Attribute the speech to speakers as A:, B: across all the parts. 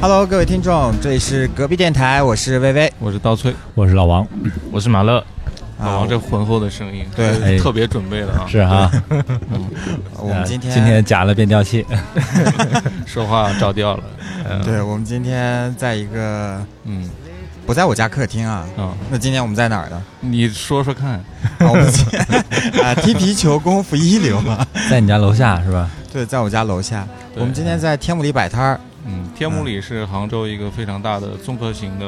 A: Hello，各位听众，这里是隔壁电台，我是薇薇。
B: 我是刀崔，
C: 我是老王，
B: 我是马乐。
A: 啊
B: 老王这浑厚的声音，
A: 对哎
B: 这是特别准备的啊，
C: 是哈，
A: 嗯 我们今天
C: 今天夹了变调器，
B: 说话照调了。嗯
A: 呃对，我们今天在一个
B: 嗯
A: 不在我家客厅啊。
B: 啊，
A: 那今天我们在哪儿呢？
B: 你说说看，
A: 啊我们今天啊踢皮球功夫一流啊。
C: 在你家楼下是吧？
A: 对，在我家楼下。
B: 对
A: 我们今天在天目里摆摊儿，
B: 嗯，天目里是杭州一个非常大的综合型的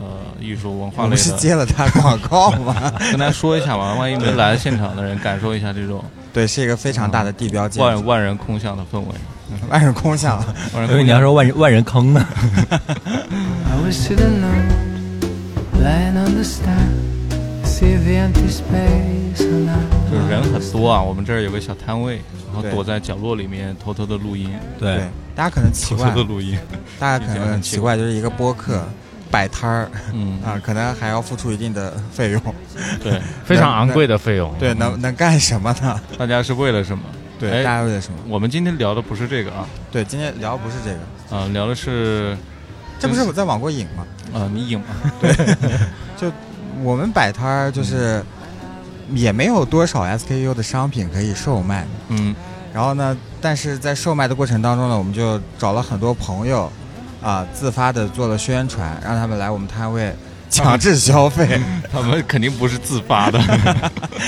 B: 呃艺术文化
A: 我
B: 类
A: 们是
B: 的，
A: 接了他广告吗？
B: 跟大家说一 下吧，万一没来现场的人感受一下这种
A: 对，是一个非常大的地标建
B: 万
A: 筑，
B: 万人空巷的氛围。
A: 万人空巷。
B: 万人
C: 因为
B: 空
A: 哎
C: 你要
B: 巷，
C: 说万人万人坑 呢，
D: I was sitting up, lying on the stack, see the empty space and I
B: 就是人很多啊，我们这儿有个小摊位，然后
A: 对
B: 躲在角落里面偷偷的录音，
C: 对，，
A: 大家可能奇
B: 偷
A: 怪
B: 偷，的录音。
A: 大家可能很奇怪，就是一个播客摆摊儿
B: 嗯，
A: 啊，可能还要付出一定的费用。
B: 对，
E: 非常昂贵的费用。
A: 对，能能干什么呢？
B: 大家是为了什么？
A: 对，大
B: 哎，
A: 家为了什么？
B: 我们今天聊的不是这个啊，
A: 对，今天聊不是这个，
B: 啊，聊的是
A: 这不是我在往过引吗？
B: 啊，你影嘛，
A: 我们摆摊儿就是也没有多少 SKU 的商品可以售卖，
B: 嗯，
A: 然后呢，但是在售卖的过程当中呢，我们就找了很多朋友啊、自发的做了宣传，让他们来我们摊位强制消费
B: 他们肯定不是自发的，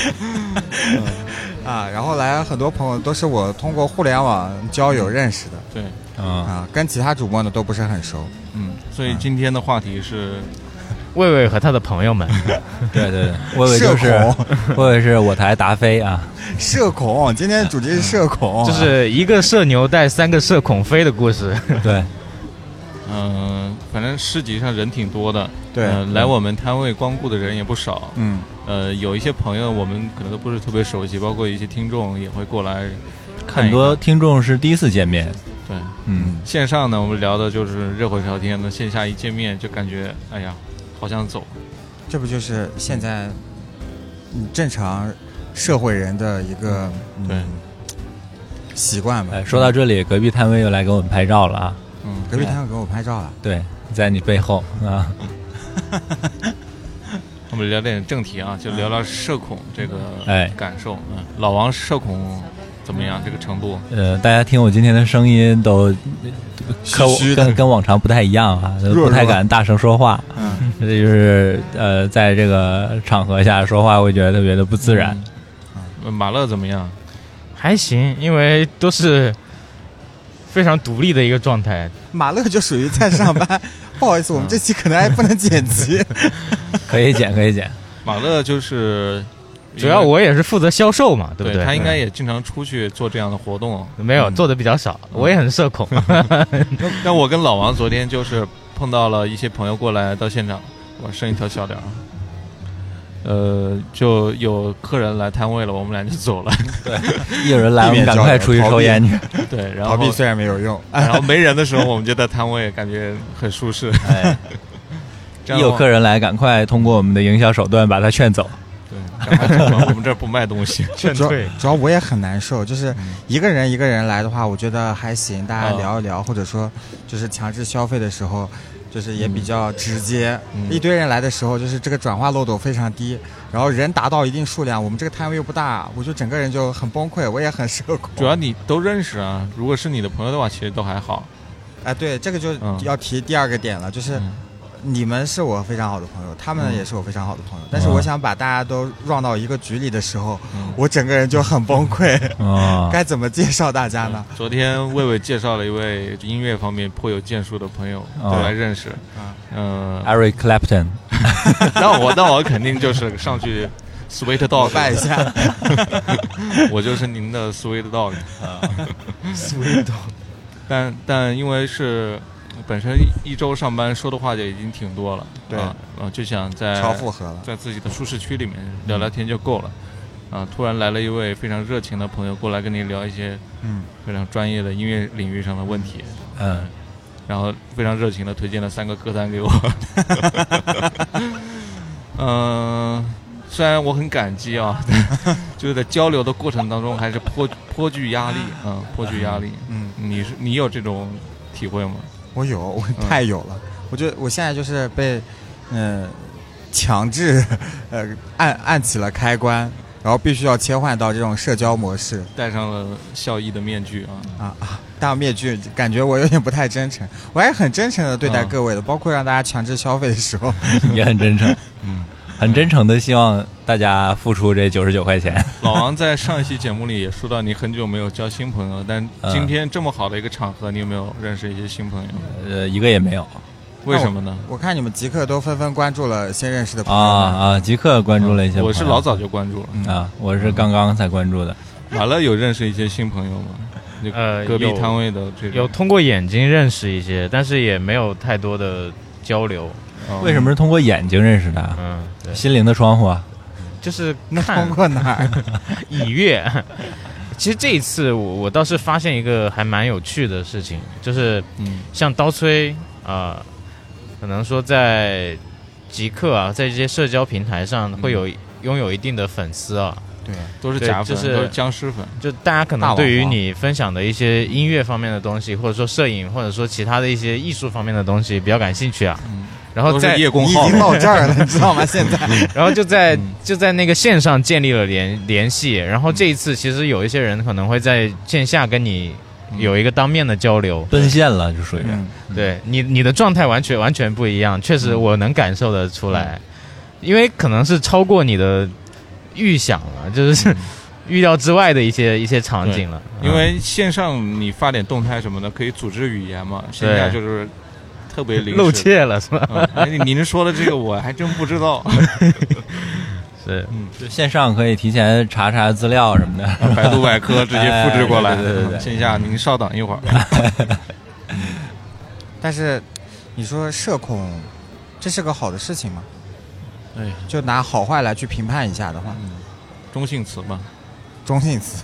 A: 啊，然后来很多朋友都是我通过互联网交友认识的
B: 对，
C: 啊，
A: 啊，跟其他主播呢都不是很熟，
B: 嗯，所以今天的话题是，
E: 魏魏和他的朋 友们，
C: 对对对，我以为就是
A: 社恐，
C: 我以为是我台达菲啊，
A: 社恐，今天的主题是社恐，
E: 就是一个社牛带三个社恐飞的故事。
C: 对，
B: 嗯、反正市集上人挺多的，
A: 对
B: 呃来我们摊位光顾的人也不少，
A: 嗯，
B: 呃，有一些朋友我们可能都不是特别熟悉，包括一些听众也会过来看一
C: 很多听众是第一次见面，
B: 对。
C: 嗯，
B: 线上呢，我们聊的就是热火朝天的，线下一见面就感觉，哎呀，好想走。
A: 这不就是现在嗯正常社会人的一个嗯
B: 对
A: 习惯吧？
C: 哎，说到这里，隔壁摊位又来给我们拍照了啊，
B: 嗯，
A: 隔壁摊要给我拍照了，
C: 对，在你背后啊，
B: 我们聊点正题啊，就聊聊社恐这个
C: 哎
B: 感受。嗯，老王社恐怎么样？这个程度？
C: 呃，大家听我今天的声音都跟我
A: 虚的
C: 跟跟往常不太一样啊，
A: 弱
C: 不太
A: 弱
C: 敢大声说话，
A: 嗯，
C: 这就是呃，在这个场合下说话会觉得特别的不自然。
B: 嗯。马乐怎么样？
E: 还行，因为都是非常独立的一个状态。
A: 马乐就属于在上班。 不好意思，
B: 嗯
A: 我们这期可能还不能剪辑。
C: 可以 剪，可以剪。
B: 马乐就是
E: 主要我也是负责销售嘛，对
B: 对
E: 不对？嗯
B: 他应该也嗯经常出去做这样的活动。
E: 没有做的比较少，我也很社 恐。
B: 那我跟老王昨天就是碰到了一些朋友过来到现场，我剩一条小梁。呃，就有客人来摊位了，我们俩就走了。
C: 一有人来，我们赶快出去抽烟去。
B: 对， 然
A: 逃
B: 后哎
A: 避虽然没有 用，
B: 然后没人的时候，我们就在摊位，感觉很舒适。
C: 哎，
B: 这
C: 一
B: 样
C: 有客人来，赶快通过我们的营销手段把他劝走。
B: 对，赶快撤吧我们这儿不卖 东西。
E: 劝
A: 主要
E: 退
A: 主要我也很难受，就是一个人一个人来的话，我觉得还行，大家
B: 嗯
A: 聊一聊，或者说就是强制消费的时候，就是也比较直接。
B: 嗯
A: 一堆人来的时候，就是这个转化漏斗非常低，然后人达到一定数量，我们这个摊位又不大，我就整个人就很崩溃，我也很社恐。
B: 主要你都认识啊，如果是你的朋友的话，其实都还好。
A: 哎，对，这个就
B: 嗯
A: 要提第二个点了，就是
B: 嗯
A: 你们是我非常好的朋友，他们
B: 嗯
A: 也是我非常好的朋友，但是我想把大家都 run 到一个局里的时候，
B: 嗯
A: 我整个人就很崩溃，
C: 哦，
A: 该怎么介绍大家呢？
B: 昨天魏魏介绍了一位音乐方面颇有建树的朋友，
C: 哦
B: 我来认识
A: 啊。
B: 嗯，
C: Eric Clapton，
B: 那我那我肯定就是上去 sweet
A: 膜
B: dog，
A: 拜一下，
B: 我就是您的 sweet dog。
E: Sweet
B: 但但因为是本身一周上班说的话就已经挺多了，
A: 对
B: 啊，啊就想在
A: 超负荷了。
B: 在自己的舒适区里面聊聊天就够了。啊，突然来了一位非常热情的朋友过来跟你聊一些
A: 嗯，
B: 非常专业的音乐领域上的问题，
C: 嗯，
B: 然后非常热情的推荐了三个歌单给 我。嗯、虽然我很感激啊， 就是在交流的过程当中还嗯是颇颇具压力啊、嗯颇具压力。
A: 嗯，
B: 你是你有这种体会吗？
A: 我有，我
B: 嗯
A: 太有了。我觉得我现在就是被，嗯、强制， 呃，按按起了开关，然后必须要切换到这种社交模式
B: 戴上了笑意的面具啊。
C: 嗯
A: 啊啊！大面具感觉我有点不太真诚，我还是很真诚的对待
B: 嗯
A: 各位的，包括让大家强制消费的时候，
C: 也很真诚，
B: 嗯，
C: 很真诚的希望大家付出这九十九块钱。
B: 老王在上一期节目里也说到，你很久没有交新朋友了，但
C: 嗯
B: 今天这么好的一个场合，你有没有认识一些新朋友？
C: 呃，一个也没有
B: 为什么呢？
A: 我看你们即刻都纷纷关注了新认识的
C: 啊
A: 朋友们
C: 啊！极客关注了一些朋友，
B: 我是老早就关注了。
C: 啊，我是刚刚才关注的。
B: 完了，有认识一些新朋友吗？就
E: 呃
B: 隔壁
E: 有
B: 摊位的这种
E: 有通过眼睛认识一些，但是也没有太多的交流。
B: 哦
C: 为什么是通过眼睛认识的啊？
E: 嗯，对，
C: 心灵的窗户啊，
E: 就是
A: 那
E: 看
A: 通过哪 儿？
E: 以悦。 其实这一次我我倒是发现一个还蛮有趣的事情，就是
B: 嗯
E: 像刀崔啊、可能说在极客啊，在这些社交平台上会有、
B: 嗯
E: 拥有一定的粉丝啊，
A: 对，
B: 都是
E: 对
B: 假粉，
E: 就是
B: 都是僵尸粉。
E: 就大家可
A: 大
E: 能
A: 网
E: 对于
A: 红
B: 啊
E: 你分享的一些音乐方面的东西，或者说摄影，或者说其他的一些艺术方面的东西比较感兴趣啊，
B: 嗯，
E: 然后
B: 都是
E: 在
B: 叶公
A: 你已
B: 好
A: 经到这儿了，你知道吗？现在
E: 然后就在
B: 嗯
E: 就在那个线上建立了联联系，然后这一次其实有一些人可能会在线下跟你
B: 嗯
E: 有一个当面的交流，
C: 奔现了就属于。
A: 嗯
E: 对你你的状态完全完全不一样，确
B: 嗯
E: 实我能感受得出来，因为可能是超过你的预想了，就是 预料之外的一些一些场景了，
B: 嗯因为线上你发点动态什么的，可以组织语言嘛，线下就是特别临时。
E: 嗯露怯了是吧？
B: 嗯哎您说的这个我还真不知道，
E: 是，
B: 嗯
C: 就线上可以提前查查资料什么的。
B: 百度百科直接复制过来。
C: 哎对对对对
B: 线下您稍等一会儿。
A: 但是你说社恐，这是个好的事情吗？
B: 哎，
A: 就拿好坏来去评判一下的话，
B: 中性词吧，
A: 中性词。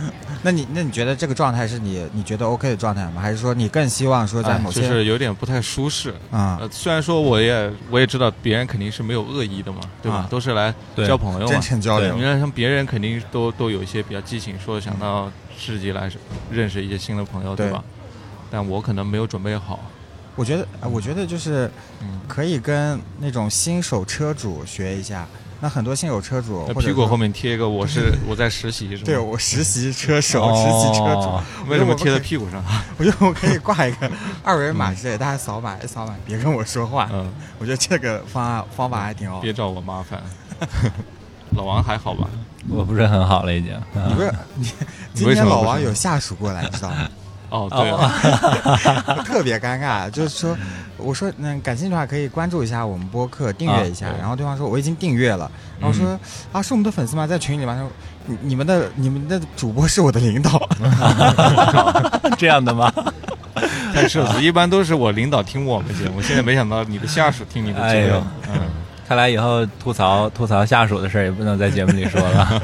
A: 那你那你觉得这个状态是你你觉得 OK 的状态吗？还是说你更希望说在
B: 哎
A: 某
B: 就
A: 些
B: 是有点不太舒适。
A: 啊、
B: 呃，虽然说我也我也知道别人肯定是没有恶意的嘛，对吧
A: 啊？
B: 都是来
C: 对
B: 交朋友嘛
A: 真。诚交
B: 你
A: 流？
B: 看，像别人肯定都都有一些比较激情，说想到自己来认识一些新的朋友，对
A: 对
B: 吧？但我可能没有准备好，
A: 我觉得啊我觉得就是
B: 嗯，
A: 可以跟那种新手车主学一下。那很多新手车主
B: 那
A: 或者
B: 屁股
A: 说
B: 后面贴一个我是我在实习，是吗？
A: 对我实习车手、
C: 哦
A: 实习车主，
B: 为什么贴在屁股上？
A: 我觉得我可以挂一个二维码之类，大家扫码一扫码，别跟我说话。
B: 嗯，
A: 我觉得这个方案方法还挺好。
B: 别找我麻烦。 老王还好吧？
C: 我不是很好了已经。
A: 你
C: 啊
A: 不是你，
B: 你
A: 今
B: 为什
A: 天
B: 么
A: 老
B: 不
A: 王
B: 是
A: 有下属过来，你知道 吗？
B: 哦，对了，
A: 我特别尴尬，就是说，我说那感兴趣的话可以关注一下我们播客，订阅一下。
B: 啊对嗯
A: 然后对方说我已经订阅了，然后我说、啊是我们的粉丝吗？在群里吗？他说你你们的你们的主播是我的领导，
B: 嗯
C: 这样的吗？
B: 太社死。一般都是我领导听我们节目，现在没想到你的下属听你的
C: 哎
B: 节目嗯
C: 呦。，看来以后吐槽吐槽下属的事儿也不能在节目里说 了。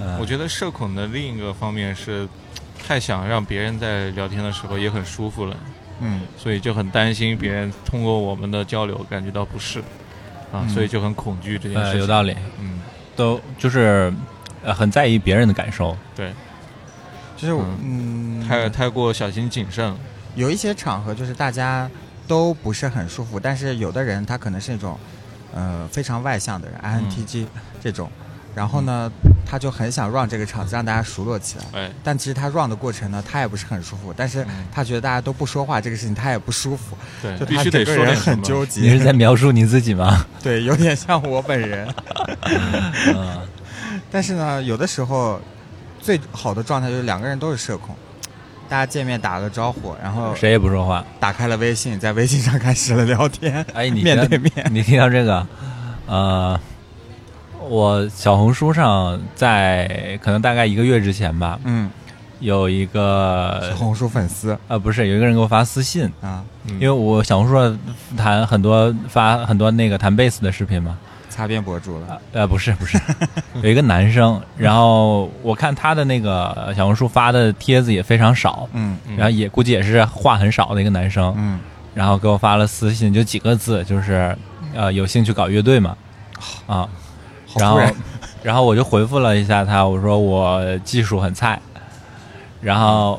C: 嗯
B: 我觉得社恐的另一个方面是，太想让别人在聊天的时候也很舒服了，
A: 嗯，
B: 所以就很担心别人通过我们的交流感觉到不适，啊，
A: 嗯哎
B: 所以就很恐惧这件事
C: 呃，
B: 情。
C: 有道理，
B: 嗯，
C: 都就是呃很在意别人的感受。
B: 对，
A: 就是我嗯，
B: 太太过小心谨慎了。
A: 有一些场合就是大家都不是很舒服，但是有的人他可能是那种，呃，非常外向的人，INTG
B: 嗯
A: 这种，然后呢，他就很想让这个场子让大家熟络起来。
B: 哎，
A: 但其实他 run 的过程呢，他也不是很舒服，但是
B: 嗯
A: 他觉得大家都不说话这个事情他也不舒服，
B: 对
A: 就，
B: 必
A: 他
B: 须得
A: 整
B: 说
A: 个
B: 点
A: 人
B: 什
A: 很
B: 么。
A: 纠
C: 你
A: 结，
C: 是在描述你自己吗？
A: 对，有点像我本人。
C: 嗯，
A: 但是呢，有的时候最好的状态就是两个人都是社恐，大家见面打个招呼，然
B: 哦
A: 后
C: 谁也不说话。
A: 打开了微信，在微信上开始了聊天，
C: 哎，你
A: 面
C: 听
A: 对面，
C: 你听到这个，呃，我小红书上在可能大概一个月之前吧，
A: 嗯，
C: 有一个
A: 小红书粉丝
C: 呃不是有一个人给我发私信，
A: 啊，
B: 嗯
C: 因为我小红书上弹很多发很多那个弹贝斯的视频嘛，
A: 擦边博主了，
C: 呃不是不 是，有一个男生，然后我看他的那个小红书发的帖子也非常少，
A: 嗯
B: 嗯
C: 然后也估计也是话很少的一个男生，
A: 嗯，
C: 然后给我发了私信，就几个字，就是呃有兴趣搞乐队嘛，
A: 哦
C: 啊，
A: 好
C: 然
A: 突
C: 后
A: 然，
C: 然后我就回复了一下他，我说我技术很菜，然后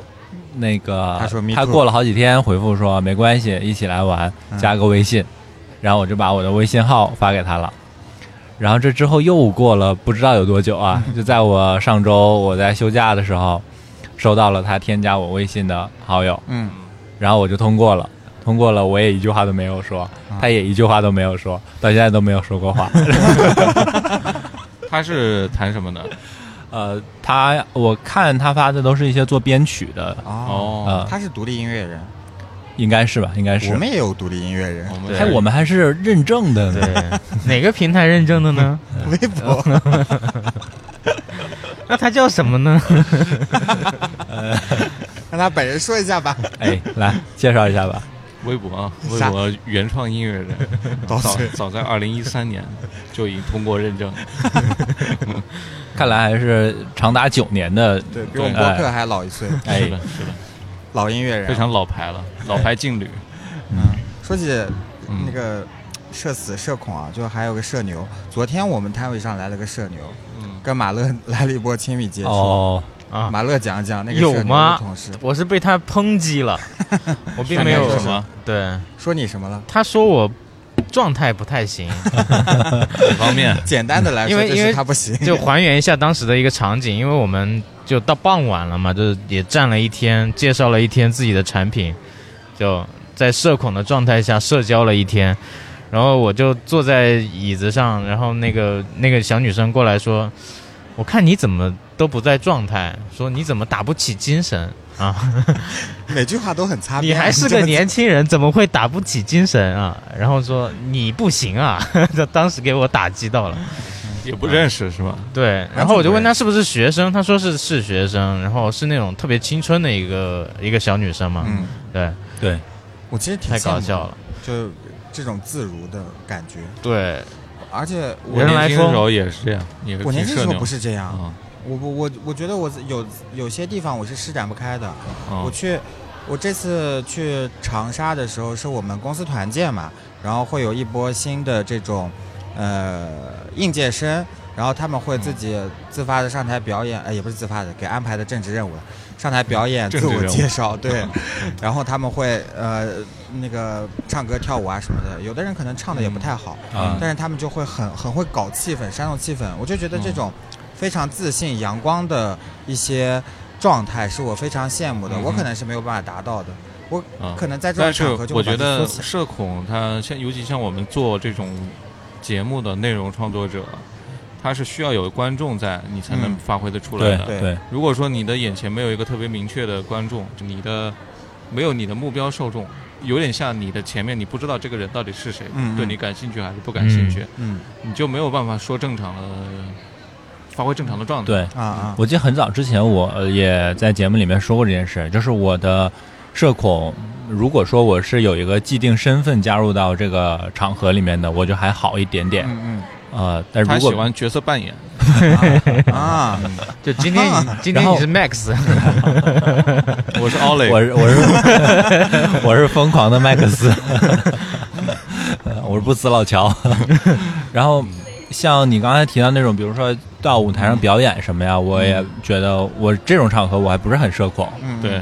C: 那个
A: 他说 “Me
C: 他
A: too 嗯
C: 过了好几天回复说没关系，一起来玩，加个微信。然后我就把我的微信号发给他了。然后这之后又过了不知道有多 久啊，就在我上周我在休假的时候，收到了他添加我微信的好友，
A: 嗯，
C: 然后我就通过了。通过了，我也一句话都没有
A: 啊
C: 说，他也一句话都没有说，到现在都没有说过话。
B: 他是弹什么的？
C: 呃，他我看他发的都是一些做编曲的，
A: 哦，
B: 哦，
A: 他是独立音乐人，
C: 应该是吧？应该是
A: 我。们也有独立音乐人
B: 我，们
E: 对
C: 哎，我们还是认证的呢。
E: 对，哪个平台认证的呢？
A: 微 博，
E: 那它叫什 么呢？
A: 让他本人说一下吧。
C: 哎，来介绍一下吧。
B: 微博啊，微
A: 啥
B: 博原创音乐人，
A: 早
B: 早
A: 睡
B: 早在二零一三年就已通过认证。
C: 看来还是长达九年的，
A: 对比我们播客还啊老一岁，
C: 哎
B: 是的，是的，
A: 老音乐人。啊
B: 非常老牌了，
A: 哎
B: 老牌劲旅。
A: 说起
B: 嗯
A: 那个社死社恐啊，就还有个社牛。昨天我们摊位上来了个社牛，
B: 嗯，
A: 跟马乐 来了一波亲密接触。
C: 哦，
E: 啊，
A: 马乐讲讲那个社
E: 有
A: 牛
E: 吗
A: 的同事？
E: 我是被他抨 击了，我并没有
B: 什么，
E: 对，
A: 说你什么了？
E: 他说我状态不太行，
B: 哪方面？
A: 简单的来
E: 因
A: 说，
E: 为
A: 就
E: 因为
A: 是他不行。
E: 就还原一下当时的一个场景，因为我们就到傍晚了嘛，就是也站了一天，介绍了一天自己的产品，就在社恐的状态下社交了一天，然后我就坐在椅子上，然后那个那个小女生过来说：“我看你怎么都不在状态，说你怎么打不起精神啊？”
A: 每句话都很擦边。
E: 你还是
A: 这
E: 个年轻人，怎么会打不起精神啊？然后说你不行啊， 这当时给我打击到了。
B: 也不认识是吧？
E: 对，然后我就问他是不是学生，他说是是学生，然后是那种特别青春的一个一个小女生嘛。
A: 嗯，
E: 对，
C: 对，
A: 我其实挺
E: 太
A: 羡
E: 搞
A: 慕
E: 笑了。
A: 就这种自如的感觉。
E: 对，
A: 而且
B: 我
A: 我
E: 人
B: 年
E: 来
B: 轻的
E: 疯
B: 时候也是这样，也是
A: 我年轻的时候不
B: 是
A: 是这样，
E: 嗯
B: 啊，
A: 我我我我觉得我有有些地方我是施展不开的。
B: 啊
A: 我去，我这次去长沙的时候是我们公司团建嘛，然后会有一波新的这种呃应届生，然后他们会自己自发的上台表演，呃也不是自发的，给安排的政治任务了，上台表演、
B: 政
A: 自
B: 治
A: 我
B: 任务
A: 介绍， 对，然后他们会呃那个唱歌跳舞啊什么的，有的人可能唱的也不太好，
C: 啊
B: 嗯
A: 但是他们就会很很会搞气氛，煽动气氛。我就觉得这种非常自信、阳光的一些状态是我非常羡慕的，
B: 嗯哼
A: 我可能是没有办法达到的。我
B: 啊
A: 可能在这种
B: 但是
A: 场合就
B: 我
A: 会
B: 觉
A: 把自己
B: 得
A: 缩起来
B: 社恐，它像尤其像我们做这种节目的内容创作者，他是需要有观众在，你才能
A: 嗯
B: 发挥得出来
C: 对
B: 的。
A: 对
C: 对，
B: 如果说你的眼前没有一个特别明确的观众，你的没有你的目标受众，有点像你的前面你不知道这个人到底是谁，
A: 嗯嗯
B: 对你感兴趣还是不感兴趣，
A: 嗯
B: 你就没有办法说正常的发挥正常的状态。
C: 对，
A: 啊啊，
C: 我记得很早之前我呃也在节目里面说过这件事，就是我的社恐。如果说我是有一个既定身份加入到这个场合里面的，我就还好一点点。
A: 嗯
C: 呃，但是
B: 他
C: 如
B: 喜
C: 果
B: 欢角色扮演，
A: 嗯啊，
E: 就 今天你今天
C: 然后
E: 你是 Max，
B: 我是 Ollie，
C: 我是我是我是 疯狂的麦克斯，呃我是不死老乔。 然后像你刚才提到那种，比如说到舞台上表演什么呀，我也觉得我这种场合我还不是很社恐，
A: 嗯
B: 对，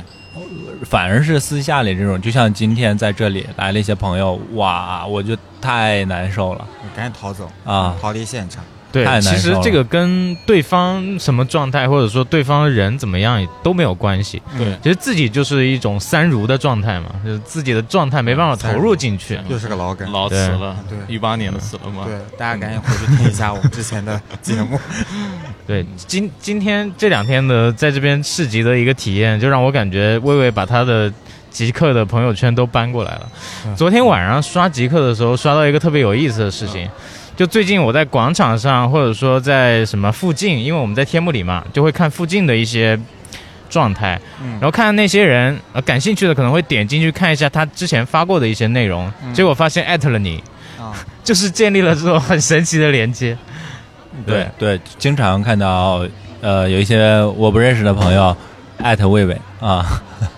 C: 反而是私下里这种，就像今天在这里来了一些朋友，哇，我就太难受了
A: 我赶紧逃走，
C: 啊！
A: 逃离现场。
E: 对
C: 太，难
E: 其实
C: 受了
E: 这个跟对方什么状态，或者说对方人怎么样也都没有关系。
B: 对，
E: 其实自己就是一种三如的状态嘛，就是自己的状态没办法投入进去
B: 三。
A: 又是个老
C: 嗯
A: 梗。
B: 老词了，
A: 对
B: 一八年的词了嘛，
A: 对，大家赶紧回去听一下我们之前的节目。
E: 对，今今天这两天的在这边市集的一个体验，就让我感觉魏魏把他的极客的朋友圈都搬过来了。
A: 嗯
E: 昨天晚上刷极客的时候，刷到一个特别有意思的事
A: 嗯
E: 情，就最近我在广场上，或者说在什么附近，因为我们在天目里嘛，就会看附近的一些状态，
A: 嗯
E: 然后看那些人呃感兴趣的可能会点进去看一下他之前发过的一些内容，结果发现艾特了你，
A: 嗯啊，
E: 就是建立了这种很神奇的连接。对
C: 对，经常看到呃有一些我不认识的朋友艾特魏魏啊，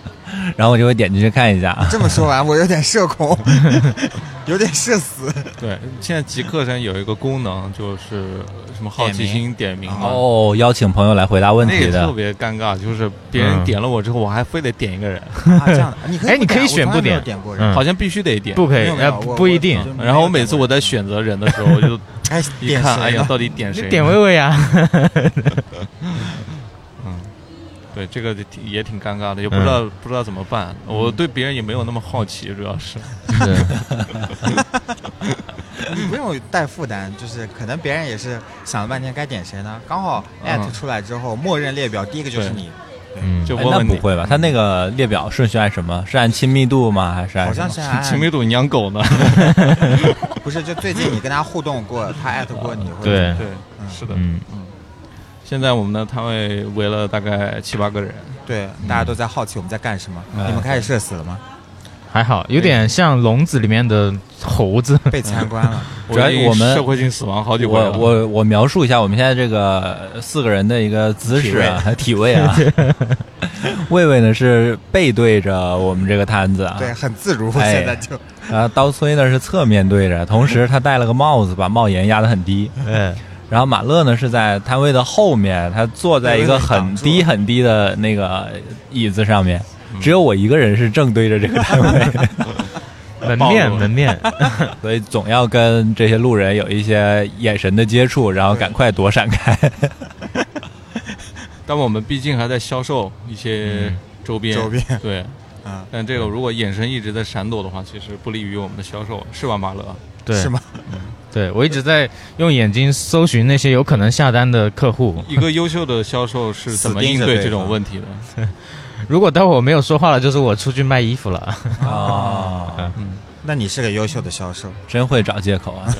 C: 然后我就会点进去看一下。
A: 这么说完，我有点社恐，有点社死。
B: 对，现在极客上有一个功能，就是什么好奇心点名嘛，
C: 哦，邀请朋友来回答问
B: 啊那
C: 题
B: 个特
C: 的，
B: 别尴尬，就是别人
E: 嗯
B: 点了我之后，我还非得点一个人，
A: 啊，这样的，你可以
E: 哎你可以
A: 我
E: 选
A: 从
E: 不
A: 来没有
E: 点
A: 点过
E: 嗯
A: 人，
B: 好像必须得点。
E: 不可
A: 没
E: 以，
A: 有没
E: 呃
A: 有，我
E: 不一定
A: 我。就没
B: 然后
A: 有
B: 我每
A: 点
B: 次
A: 过
B: 我在选择人的时候，我就
A: 哎
B: 一
A: 点
B: 看，
C: 啊
A: 谁
B: 哎呀
A: 了，
B: 到底点
E: 你
B: 谁？
E: 点薇薇啊，
B: 对，这个挺也挺尴尬的，也不知道、不
C: 嗯
B: 知道怎么办。我对别人也没有那么好奇，主要是
C: 哎
A: 你不用带负担，就是可能别人也是想了半天该点谁呢，刚好艾特出来之后，默认列表第一个就是你，
E: 嗯，
B: 就
C: 哎
B: 问
C: 那
B: 问
C: 不
B: 你，
C: 会吧？他那个列表顺序按什么？是按亲密度吗？还是
E: 哎
C: 按
A: 好
C: 什么
A: 像是按
B: 情侣赌你养狗呢？
C: 嗯
A: 不是就最近你跟他互动过，他艾特过你，或者
E: 对，
B: 对，是的。
E: 嗯，
B: 现在我们的摊位围了大概七八个人，
A: 对，大
E: 嗯
A: 家都在好奇我们在干什么，
E: 哎
C: 嗯
A: 你们开始社死了吗？
E: 还好，有点像笼子里面的猴子。
A: 被参观了，
C: 主要
B: 我已经
C: 我们
B: 社会性死亡好几回
C: 我
B: 了。
C: 我我描述一下我们现在这个呃四个人的一个姿势 啊，体位啊。魏魏呢是背对着我们这个摊子啊，
E: 嗯
A: 对，很自如，
C: 哎
A: 现在就
C: 然后刀崔呢是侧面对着，同时他戴了个帽子，把帽檐压得很低。
E: 嗯，
C: 然后马乐呢是在摊位的后面，他坐在一个很低很低的那个椅子上面，只有我一个人是正对着这个摊位，
E: 门
B: 暴
E: 面
B: 露了
E: 门面，
C: 所以总要跟这些路人有一些眼神的接触，然后赶快躲闪开。
B: 但我们毕竟还在销售一些周
A: 嗯
B: 边，
A: 周边
B: 对。
A: 嗯，
B: 但这个如果眼神一直在闪躲的话，其实不利于我们的销售，是吧，马乐？
E: 对，
A: 是吗？
E: 对我一直在用眼睛搜寻那些有可能下单的客户。
B: 一个优秀的销售是怎么
A: 死盯
B: 应
A: 着
B: 对
A: 对
B: 这种
A: 方
B: 问 题的？
E: 如果待会儿我没有说话了，就是我出去卖衣服了。
C: 哦，
A: 那你是个优秀的销售，
E: 嗯
C: 真会找借口啊！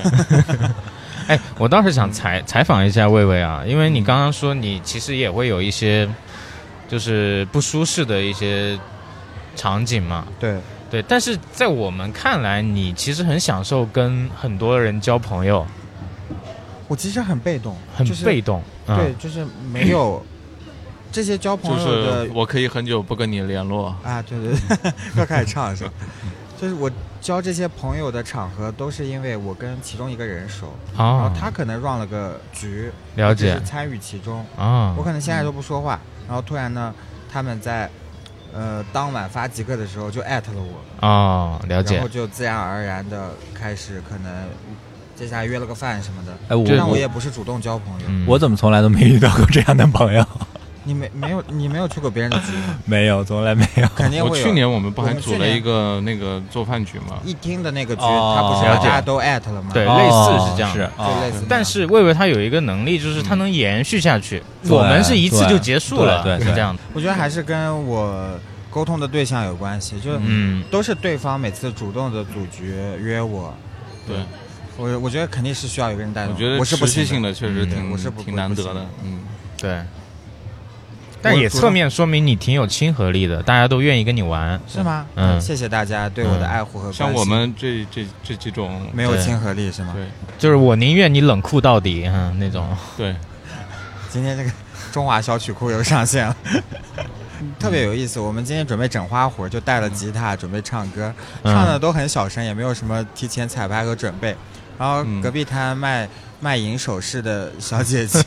E: 哎，我倒是想采采访一下魏魏啊，因为你刚刚说你其实也会有一些就是不舒适的一些场景嘛，
A: 对，
E: 对。但是在我们看来，你其实很享受跟很多人交朋友，
A: 我其实很被动，
E: 很
A: 就是
E: 被动。嗯
A: 对，，就是没有这些交
B: 就
A: 朋友的
B: 是我可以很久不跟你联络，
A: 啊，对对对， 又开始唱 是吧？就是我交这些朋友的场合，都是因为我跟其中一个人熟，然
E: 啊
A: 后，他可能 run 了个局，
E: 了
A: 就
E: 解
A: 是参与其中，
E: 啊
A: 我，可能现在都不说话，然后突然呢，他们在呃当晚发即刻的时候就艾特了我，
E: 哦，了
A: 然
E: 解
A: 后，就自然而然的开始可能接下来约了个饭什么的，
C: 哎，我
A: 但我
C: 我
A: 也不是主动交朋友，
E: 嗯，
C: 我怎么从来都没遇到过这样的朋友？
A: 你没没有你没有去过别人的 局吗，
C: 没有，从来没有。
A: 肯定
B: 我
A: 会有
B: 去年我们不
A: 我
B: 还
A: 们去
B: 组了
A: 年
B: 一个那个做饭局吗？
A: 一听的那个局，
C: 哦
A: 他不是
E: 了
A: 把
E: 解
A: 大家都艾特了吗？
E: 对
A: 就
E: 类似是这样
C: 哦是哦
A: 类似那样，
E: 但是魏魏他有一个能力，就是他能延续下去。
C: 对
E: 我们是一次就结束了，
C: 对对对
E: 是这样的。
A: 我觉得还是跟我沟通的对象有关系，就
E: 嗯，
A: 都是对方每次主动的组局约我，
B: 对，
A: 我我觉得肯定是需要有个人带动，
B: 我觉得
A: 我是不
B: 持续
A: 行
B: 性
A: 的，
B: 的确实
A: 嗯
B: 挺
A: 我是不
B: 挺
A: 我
B: 难
A: 不
B: 得
A: 行
B: 的，嗯，
E: 对。但也侧面说明你挺有亲和力的，大家都愿意跟你玩。
A: 是啊吗？
E: 嗯
A: 谢谢大家对我的爱护和关心
B: 像我们这这这几种，
A: 没有
E: 对
A: 亲和力是吗？
B: 对
E: 就是我宁愿你冷酷到底，嗯，那种。
B: 对，
A: 今天这个中华小曲库又上线了。 特别有意思，我们今天准备整花活，就带了吉他准备唱歌，
E: 嗯
A: 唱的都很小声，也没有什么提前彩排和准备。然后
B: 嗯
A: 隔壁摊卖卖淫首饰的小姐 姐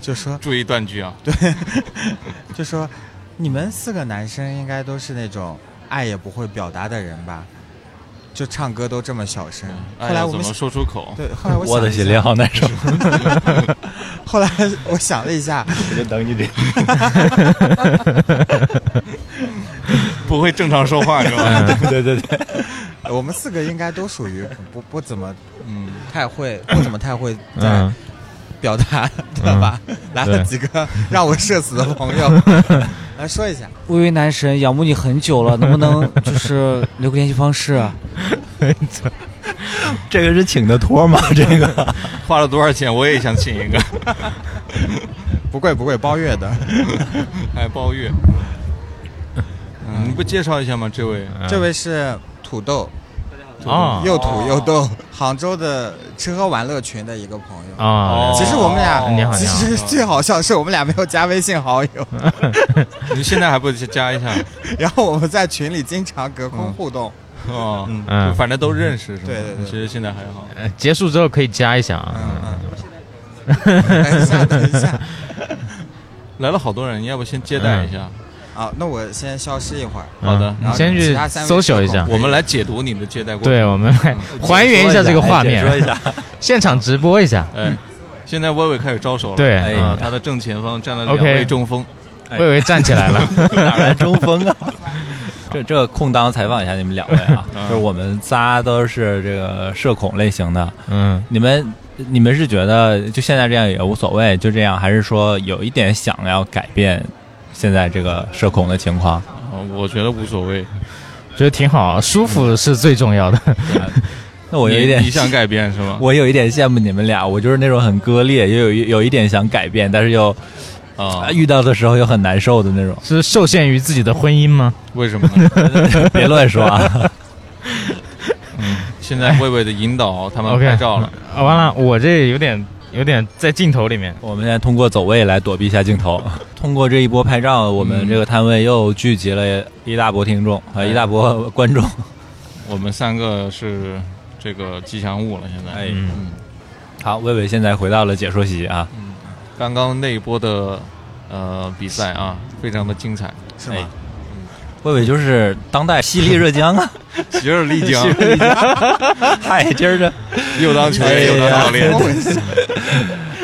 A: 就说
B: 注意断句啊，
A: 就说，你们四个男生应该都是那种爱也不会表达的人吧？就唱歌都这么小声。后
B: 哎
A: 来
B: 呀
A: 我
B: 怎
A: 们
B: 么
A: 想
B: 说出口？
A: 对，后来我
C: 我
A: 想了
C: 的
A: 一
C: 心
A: 下
C: 里好难受，
A: 后来我想了一下，
C: 我就等你这。
B: 不会正常说 话是吧？
C: 对对对，
A: 我们四个应该都属于不不怎么
B: 嗯，
A: 太会，不怎么太会在
E: 嗯，
A: 表达， 对吧？来了几个让我社死的 朋友，来说一下。
F: 微微男神仰慕你很久 了，能不能就是留个联系方式？啊
C: 这个是请的托吗？这个
B: 花了多少钱我也想请一个，
A: 不贵不贵，包月的。
E: 嗯
B: 还包月。嗯，你不介绍一下吗？这位
A: 这位是土豆，
E: 嗯哦
A: 又土又豆，杭州的吃喝玩乐群的一个朋友。
E: 啊，
A: 其实我们俩，
E: 你好嗯
A: 其实
B: 你好
A: 最好笑的是我们俩没有加微信好友，
B: 你现在还不加一下？
A: 然后我们在群里经常隔空互 动。
B: 哦，
E: 嗯
B: 就反正都认识是吗？
A: 对对对
B: 其实现在还好。
E: 呃结束之后可以加一下啊。
A: 嗯嗯，等一下，等一下。
B: 来了好多人，你要不先接待一下？
A: 啊，那我先消失一会儿。
B: 好的
A: 然
E: 嗯你
A: 后
E: 先去
A: 其他三位
E: 搜索一下
A: 社恐
B: 我们来解读你的接待过程。
E: 对，我们来还原一下这个 画面，
C: 哎说一下，
E: 现场直播一下。
B: 哎，现在薇薇开始招手了。
E: 对
B: 啊、
C: 哎
B: 他的正前方站了
E: OK
B: 两位中锋。
C: 哎
E: 我以为站起来了，
C: 哪来中锋啊？ 这这空当采访一下你们两位 啊，就是我们仨都是这个社恐类型的，
E: 嗯，
C: 你们你们是觉得就现在这样也无所谓，就这样，还是说有一点想要改变现在这个社恐的情况？
B: 啊我觉得无所谓。
E: 觉得挺好，舒服是最重要的。。
C: 那我有一点
B: 你，你想改变是吗？
C: 我有一点羡慕你们俩，我就是那种很割裂，也有一有一点想改变，但是又、
B: 啊
C: 啊，遇到的时候又很难受的那种
E: 是受限于自己的婚姻吗？
B: 为什么呢？
C: 别乱说啊！
B: 现在薇薇的引导他们
E: OK
B: 拍嗯照了。
E: 啊，完了，我这有点有点在镜头里 面。
C: 我们现在通过走位来躲避一下镜头，通过这一波拍照，我们这个摊位又聚集了一大波听众和一大波观众。
B: 我们三个是这个吉祥物了，现在。
C: 哎
B: 嗯，
C: 好，魏伟现在回到了解说席啊，
B: 刚刚那一波的呃比赛啊，非常的 精彩，
A: 是
C: 哎
A: 吗？
C: 魏伟就是当代犀利热姜啊。
B: 洗耳丽
A: 啊
B: 江，
C: 嗨，今儿这
B: 又当球
A: 哎
B: 员又当教练
A: 怎么。回 事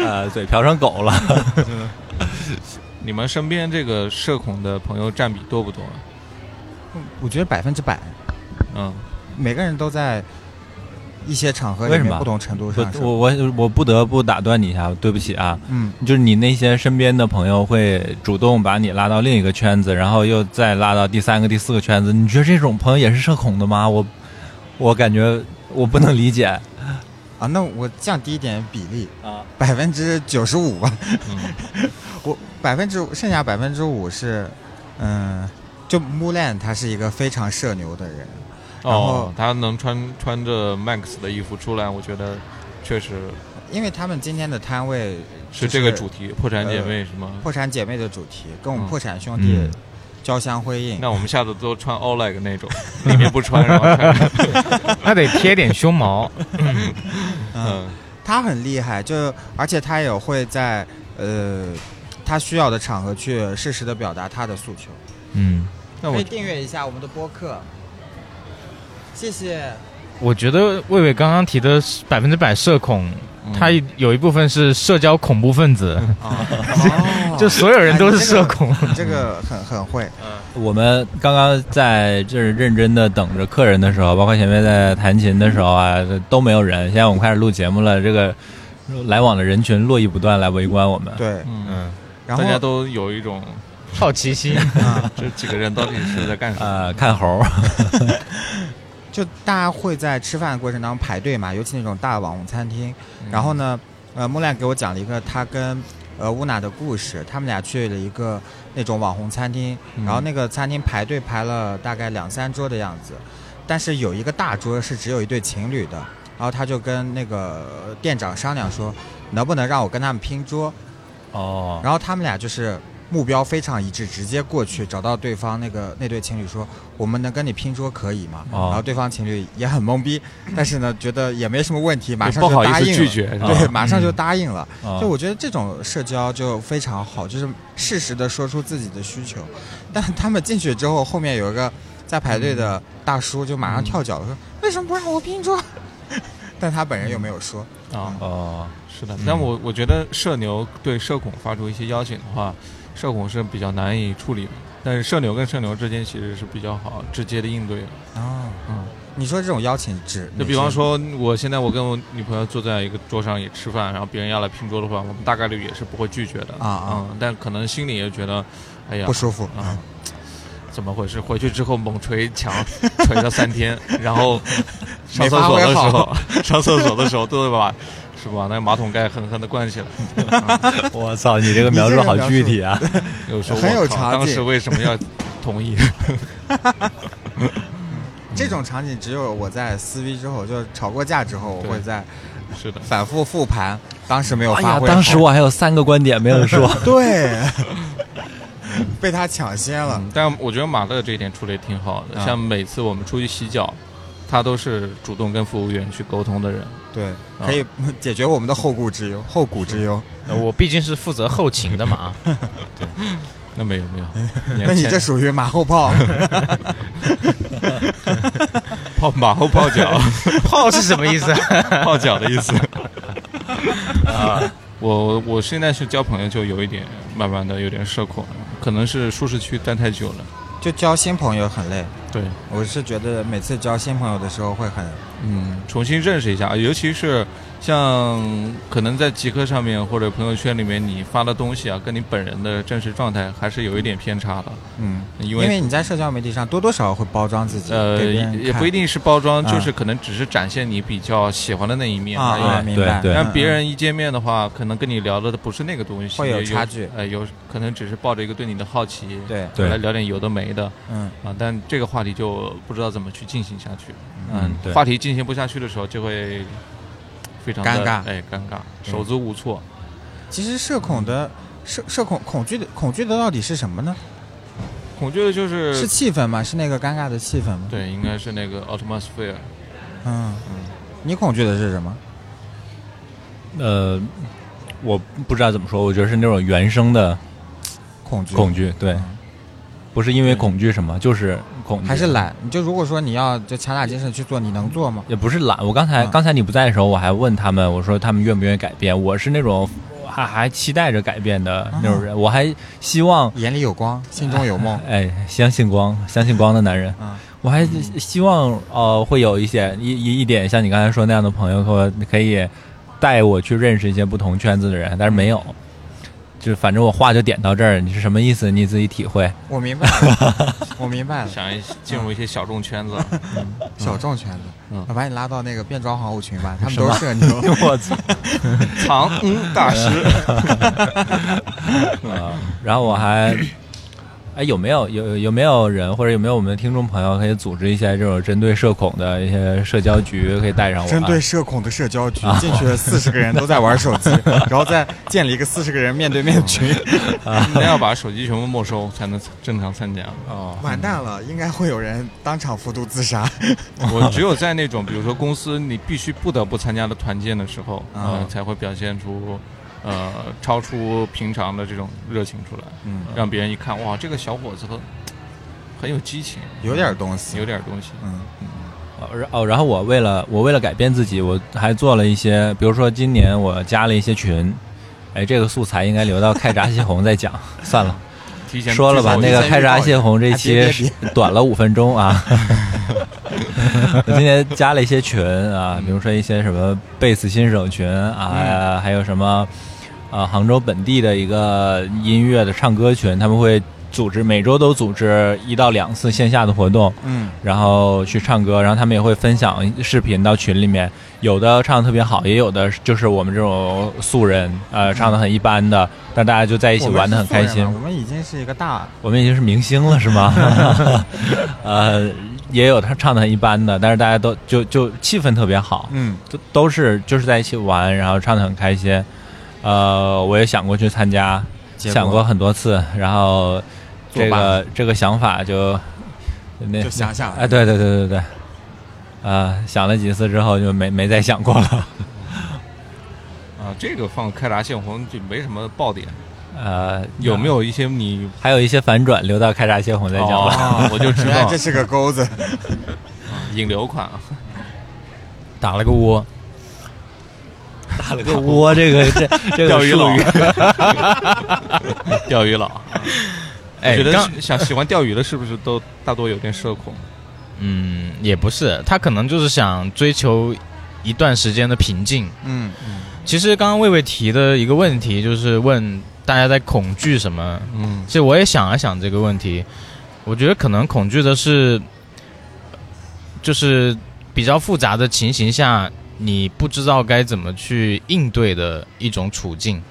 C: 呃嘴瓢成狗了。
B: 你们身边这个社恐的朋友占比多不多？
A: 我觉得百分之百，
B: 嗯，
A: 每个人都在一些场合
C: 为
A: 里
C: 什
A: 面
C: 么
A: 不同程度
C: 我
A: 上是。
C: 我我我不得不打断你一下，对不起啊，
A: 嗯，
C: 就是你那些身边的朋友会主动把你拉到另一个圈子，然后又再拉到第三个、第四个圈子，你觉得这种朋友也是社恐的吗？我我感觉我不能理解
A: 啊，那我降低一点比例，
C: 啊。
A: 百分之九十五吧。
B: 嗯
A: 我百分之剩下百分之五是，嗯、就 Mulan 他是一个非常社牛的人，然
B: 哦
A: 后，
B: 他能穿穿着 Max 的衣服出来，我觉得确实
A: 因为他们今天的摊位
B: 是
A: 就是
B: 这个主题，破产姐妹是吗？
A: 破产姐妹的主题，跟我们
B: 嗯
A: 破产兄弟
E: 嗯
A: 交相辉映。
B: 那我们下次都穿 Oleg 那 种，里面不穿，然后穿，
E: 那得贴点 胸毛，
A: 嗯，
B: 嗯，
A: 他很厉害，就而且他也会在呃他需要的场合去适时的表达他的诉求。
E: 嗯。
B: 那
A: 可
B: 我
A: 以订阅一下我们的播客，谢谢。
E: 我觉得魏魏刚刚提的百分之百社恐，
B: 嗯
E: 他有一部分是社交恐怖分子，
A: 哦
E: 就所有人都是社 恐。
A: 你这个很很会，
C: 我们刚刚在这儿认真的等着客人的时候，包括前面在弹琴的时候啊，都没有人。现在我们开始录节目了，这个来往的人群络绎不断来围观我们。
A: 对，
B: 嗯，
E: 嗯，
A: 然后
B: 大家都有一种
E: 好奇心，
A: 啊，
B: 这几个人到底是在干什么？
C: 呃，看猴儿，
A: 就大家会在吃饭的过程当中排队嘛，尤其那种大网红餐厅。
B: 嗯
A: 然后呢，呃，木兰给我讲了一个他跟呃乌娜的故事，他们俩去了一个那种网红餐厅，
B: 嗯
A: 然后那个餐厅排队排了大概两三桌的样子，但是有一个大桌是只有一对情侣的，然后他就跟那个店长商量说，能不能让我跟他们拼桌，
C: 哦，
A: 然后他们俩就是目标非常一致，直接过去找到对方那个那对情侣说：“我们能跟你拼桌可以吗？”
C: 哦
A: 然后对方情侣也很懵逼，但是呢，觉得也没什么问题，马上
B: 不好
A: 就
B: 意
A: 答
B: 思
A: 应了。
B: 拒绝，是啊嗯吧？
A: 对，马上就答应了。
C: 哦
A: 啊就我觉得这种社交就非常好，就是适时的说出自己的需求。但他们进去之后，后面有一个在排队的大叔就马上跳脚了，说：“为什么不让我拼桌？” 但他本人又没有说。
B: 啊，
C: 哦，
B: 是
A: 嗯
B: 的，但我我觉得社牛对社恐发出一些邀请的话，社恐是比较难以处理的。但是社牛跟社牛之间其实是比较好直接的应对的。
A: 哦，
B: 嗯，
A: 你说这种邀请指
B: 就比方
A: 哪些
B: 说，我现在我跟我女朋友坐在一个桌上也吃饭，然后别人要来拼桌的话，我们大概率也是不会拒绝的
A: 啊啊
B: 嗯，但可能心里也觉得，哎呀
A: 不，舒服
B: 啊，怎么回事？回去之后猛捶 墙，捶了三天，然后上
A: 没
B: 厕
A: 发
B: 所
A: 挥
B: 的时候
A: 好，
B: 上厕所的时候都得把是吧？那个马桶盖狠狠的关 起来。
C: 我操，你这个描述好具体啊！
B: 有时候
A: 很有
B: 我靠
A: 场景
B: 当时为什么要 同意？
A: 这种场景只有我在撕逼之后，就是吵过架之后，我
B: 对
A: 会在
B: 是的，
A: 反复复盘当时没有
C: 哎
A: 发
C: 呀，
A: 挥好。
C: 当时我还有三个观点没有说。
A: 对 被他抢先了
B: 嗯嗯，但我觉得马乐这一点处理得挺好的。
A: 嗯啊
B: 像每次我们出去洗脚，他都是主动跟服务员去沟通的人。
A: 对，
B: 啊
A: 可以解决我们的后顾之忧，后顾之忧。
E: 呃我毕竟是负责后勤的 嘛，
B: 那没有 没有，
A: 那你这属于马后炮，
B: 泡马后泡 脚，
E: 炮是什么意思？啊
B: 泡脚的意思。啊， 我我现在是交朋友就有一点慢慢的有点社恐了，可能是舒适区待太久了。
A: 就交新朋友很累。
B: 对，
A: 我是觉得每次交新朋友的时候会很，
B: 嗯，重新认识一下，尤其是像可能在极客上面或者朋友圈里面，你发的东西啊，跟你本人的真实状态还是有一点偏差的，
A: 嗯，
B: 因
A: 因
B: 为
A: 为你在社交媒体上多多少少会包装自己，
B: 呃
A: 给别人
B: 也也
A: 看
B: 不一定是包装，
A: 啊
B: 就是可能只是展现你比较喜欢的那一面
A: 啊
B: 而已
A: 啊，明白。
C: 对对
B: 但别
A: 嗯
B: 人一见面的话，可能跟你聊的不是那个东西，
A: 会有
B: 也
A: 差距
B: 呃，有可能只是抱着一个对你的好奇，
A: 嗯，对，
C: 对
B: 来聊点有的没的
A: 嗯，
B: 啊。但这个话题就不知道怎么去进行下去。
C: 嗯对
B: 话题进行不下去的时候，就会非常的
A: 尴尬嗯
B: 哎，尴尬，手足无措。
A: 其实社恐的社社恐恐惧的恐惧的到底是什么呢？
B: 恐惧的就是是
A: 气氛吗？是那个尴尬的气氛吗？，
B: 对，应该是那个 atmosphere，
A: 嗯，你恐惧的是什么？
C: 呃，我不知道怎么说，我觉得是那种原生的
A: 恐惧，
C: 恐惧，对，不是因为恐惧什么，嗯就是恐惧，
A: 还是懒？你就如果说你要就强打精神去做，你能做吗？
C: 也不是懒。我刚才、
A: 嗯
C: 刚才你不在的时候，我还问他们，我说他们愿不愿意改变。我是那种还还期待着改变的那种人，我还希望。
A: 眼里有光，心中有 梦。
C: 哎，相信光，相信光的男人，
A: 嗯
C: 我还希望呃会有一些一一一点像你刚才说那样的朋友，说可以带我去认识一些不同圈子的人，但是没有。就反正我话就点到这儿，你是什么意思，你自己体会。
A: 我明白了，我明白了，
B: 想一进入一些小 众圈子。
A: 小众圈子，
B: 嗯
A: 我把你拉到那个变装皇后群吧，他们都是社牛。
C: 我操！
B: 藏嗯 大师，
C: 然后我还，哎，有没有有有没有人或者有没有我们的听众朋友可以组织一些这种针对社恐的一些社交局，可以带上我、啊？
A: 针对社恐的社交局，进去了四十个人都在玩手机，然后再建立一个四十个人面对面群，
B: 那要把手机全部没收才能正常参加。
A: 完蛋了，应该会有人当场服毒自杀。
B: 我只有在那种比如说公司你必须不得不参加的团建的时候，
A: 啊
B: 呃，才会表现出呃超出平常的这种热情出来，
A: 嗯，
B: 让别人一看哇，这个小伙子很很有激情，
A: 有点东西，
B: 有点东西。
A: 嗯，
C: 哦然哦，然后我为了我为了改变自己，我还做了一些，比如说今年我加了一些群，哎，这个素材应该留到开闸泄洪再讲， 算了，
B: 提前
C: 说了吧，
B: 制作
C: 那
B: 一
C: 个
B: 下啊
C: 开闸泄洪这期是 短了五分钟啊。我今天加了一些群啊，比如说一些什么贝斯新手群
B: 嗯
C: 啊，还有什么啊杭州本地的一个音乐的唱歌群，他们会组织每周都组织一到两次线下的活动，
A: 嗯，
C: 然后去唱歌，然后他们也会分享视频到群里面，有的唱的特别好，也有的就是我们这种素人，呃，唱的很一般的，但大家就在一起玩的很开心
A: 我。们已经是一个大
C: 我们已经是明星了，是吗？ 呃，也有他唱的很一般的，但是大家都就就气氛特别好，
A: 嗯
C: 都都是就是在一起玩，然后唱的很开心。呃，我也想过去参加，
A: 结果
C: 想过很多次，然后这
A: 作罢
C: 个这个想法就那
A: 就想想
C: 哎， 对对对对对，呃，想了几次之后就没没再想过了。
B: 啊，这个放开闸泄洪就没什么爆点，
C: 呃，
B: 有没有一些你
C: 还有一些反转，留到开闸泄洪再讲吧。
B: 哦我就知
A: 原来
B: 道
A: 这是个钩子，
B: 引流款啊？
E: 打了个窝，
C: 打 了个窝，这个这这个
B: 钓鱼
C: 术
B: 佬
C: 语，
B: 钓鱼佬，我
E: 哎，
B: 觉
E: 刚
B: 得想喜欢钓鱼的是不是都大多有点社恐？
E: 嗯也不是，他可能就是想追求一段时间的平静。
A: 嗯，
E: 其实刚刚魏魏提的一个问题就是问大家在恐惧什么，
B: 嗯
E: 其实我也想了想这个问题，我觉得可能恐惧的是，就是比较复杂的情形下，你不知道该怎么去应对的一种处境，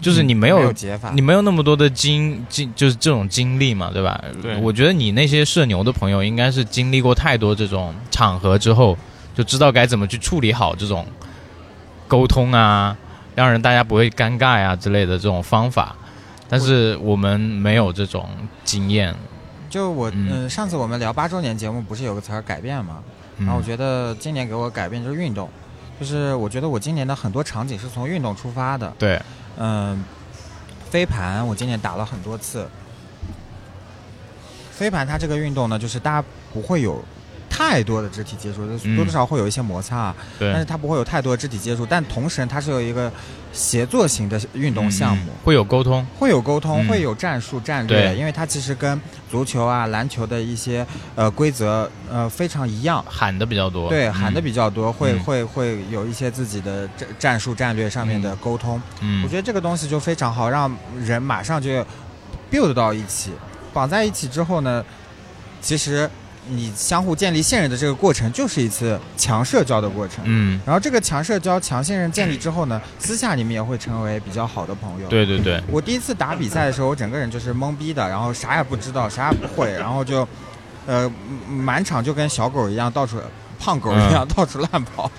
E: 就是你
A: 没
E: 没有、
A: 解法，
E: 你没有那么多的经经就是这种经历嘛，对吧？
B: 对
E: 我觉得你那些社牛的朋友应该是经历过太多这种场合之后，就知道该怎么去处理好这种沟通啊，让人大家不会尴尬呀、之类的这种方法。但是我们没有这种经验，
A: 就我呃
E: 嗯
A: 嗯，上次我们聊八周年节目，不是有个词儿改变吗？然后我觉得今年给我改变就是运动，就是我觉得我今年的很多场景是从运动出发的。
E: 对，
A: 嗯，飞盘我今年打了很多次。飞盘它这个运动呢，就是大家不会有太多的肢体接触，就是
E: 嗯
A: 多多少少会有一些摩擦，啊
E: 对
A: 但是它不会有太多的肢体接触。但同时呢它是有一个协作型的运动项目，
E: 嗯会有沟通，
A: 会有沟通，
E: 嗯
A: 会有战术战略，
E: 对
A: 因为它其实跟足球啊、篮球的一些呃规则呃非常一样。
E: 喊的比较多，
A: 对，
E: 嗯
A: 喊的比较多，会
E: 嗯
A: 会会有一些自己的战战术战略上面的沟通。
E: 嗯，
A: 我觉得这个东西就非常好，让人马上就 build 到一起，绑在一起之后呢，其实你相互建立信任的这个过程，就是一次强社交的过程。
E: 嗯，
A: 然后这个强社交、强信任建立之后 呢，私下你们也会成为比较好的朋友。
E: 对对对，
A: 我第一次打比赛的时候，我整个人就是懵逼的，然后啥也不知道，啥也不会，然后就，呃，满场就跟小狗一样，到处胖狗一样、到处乱跑。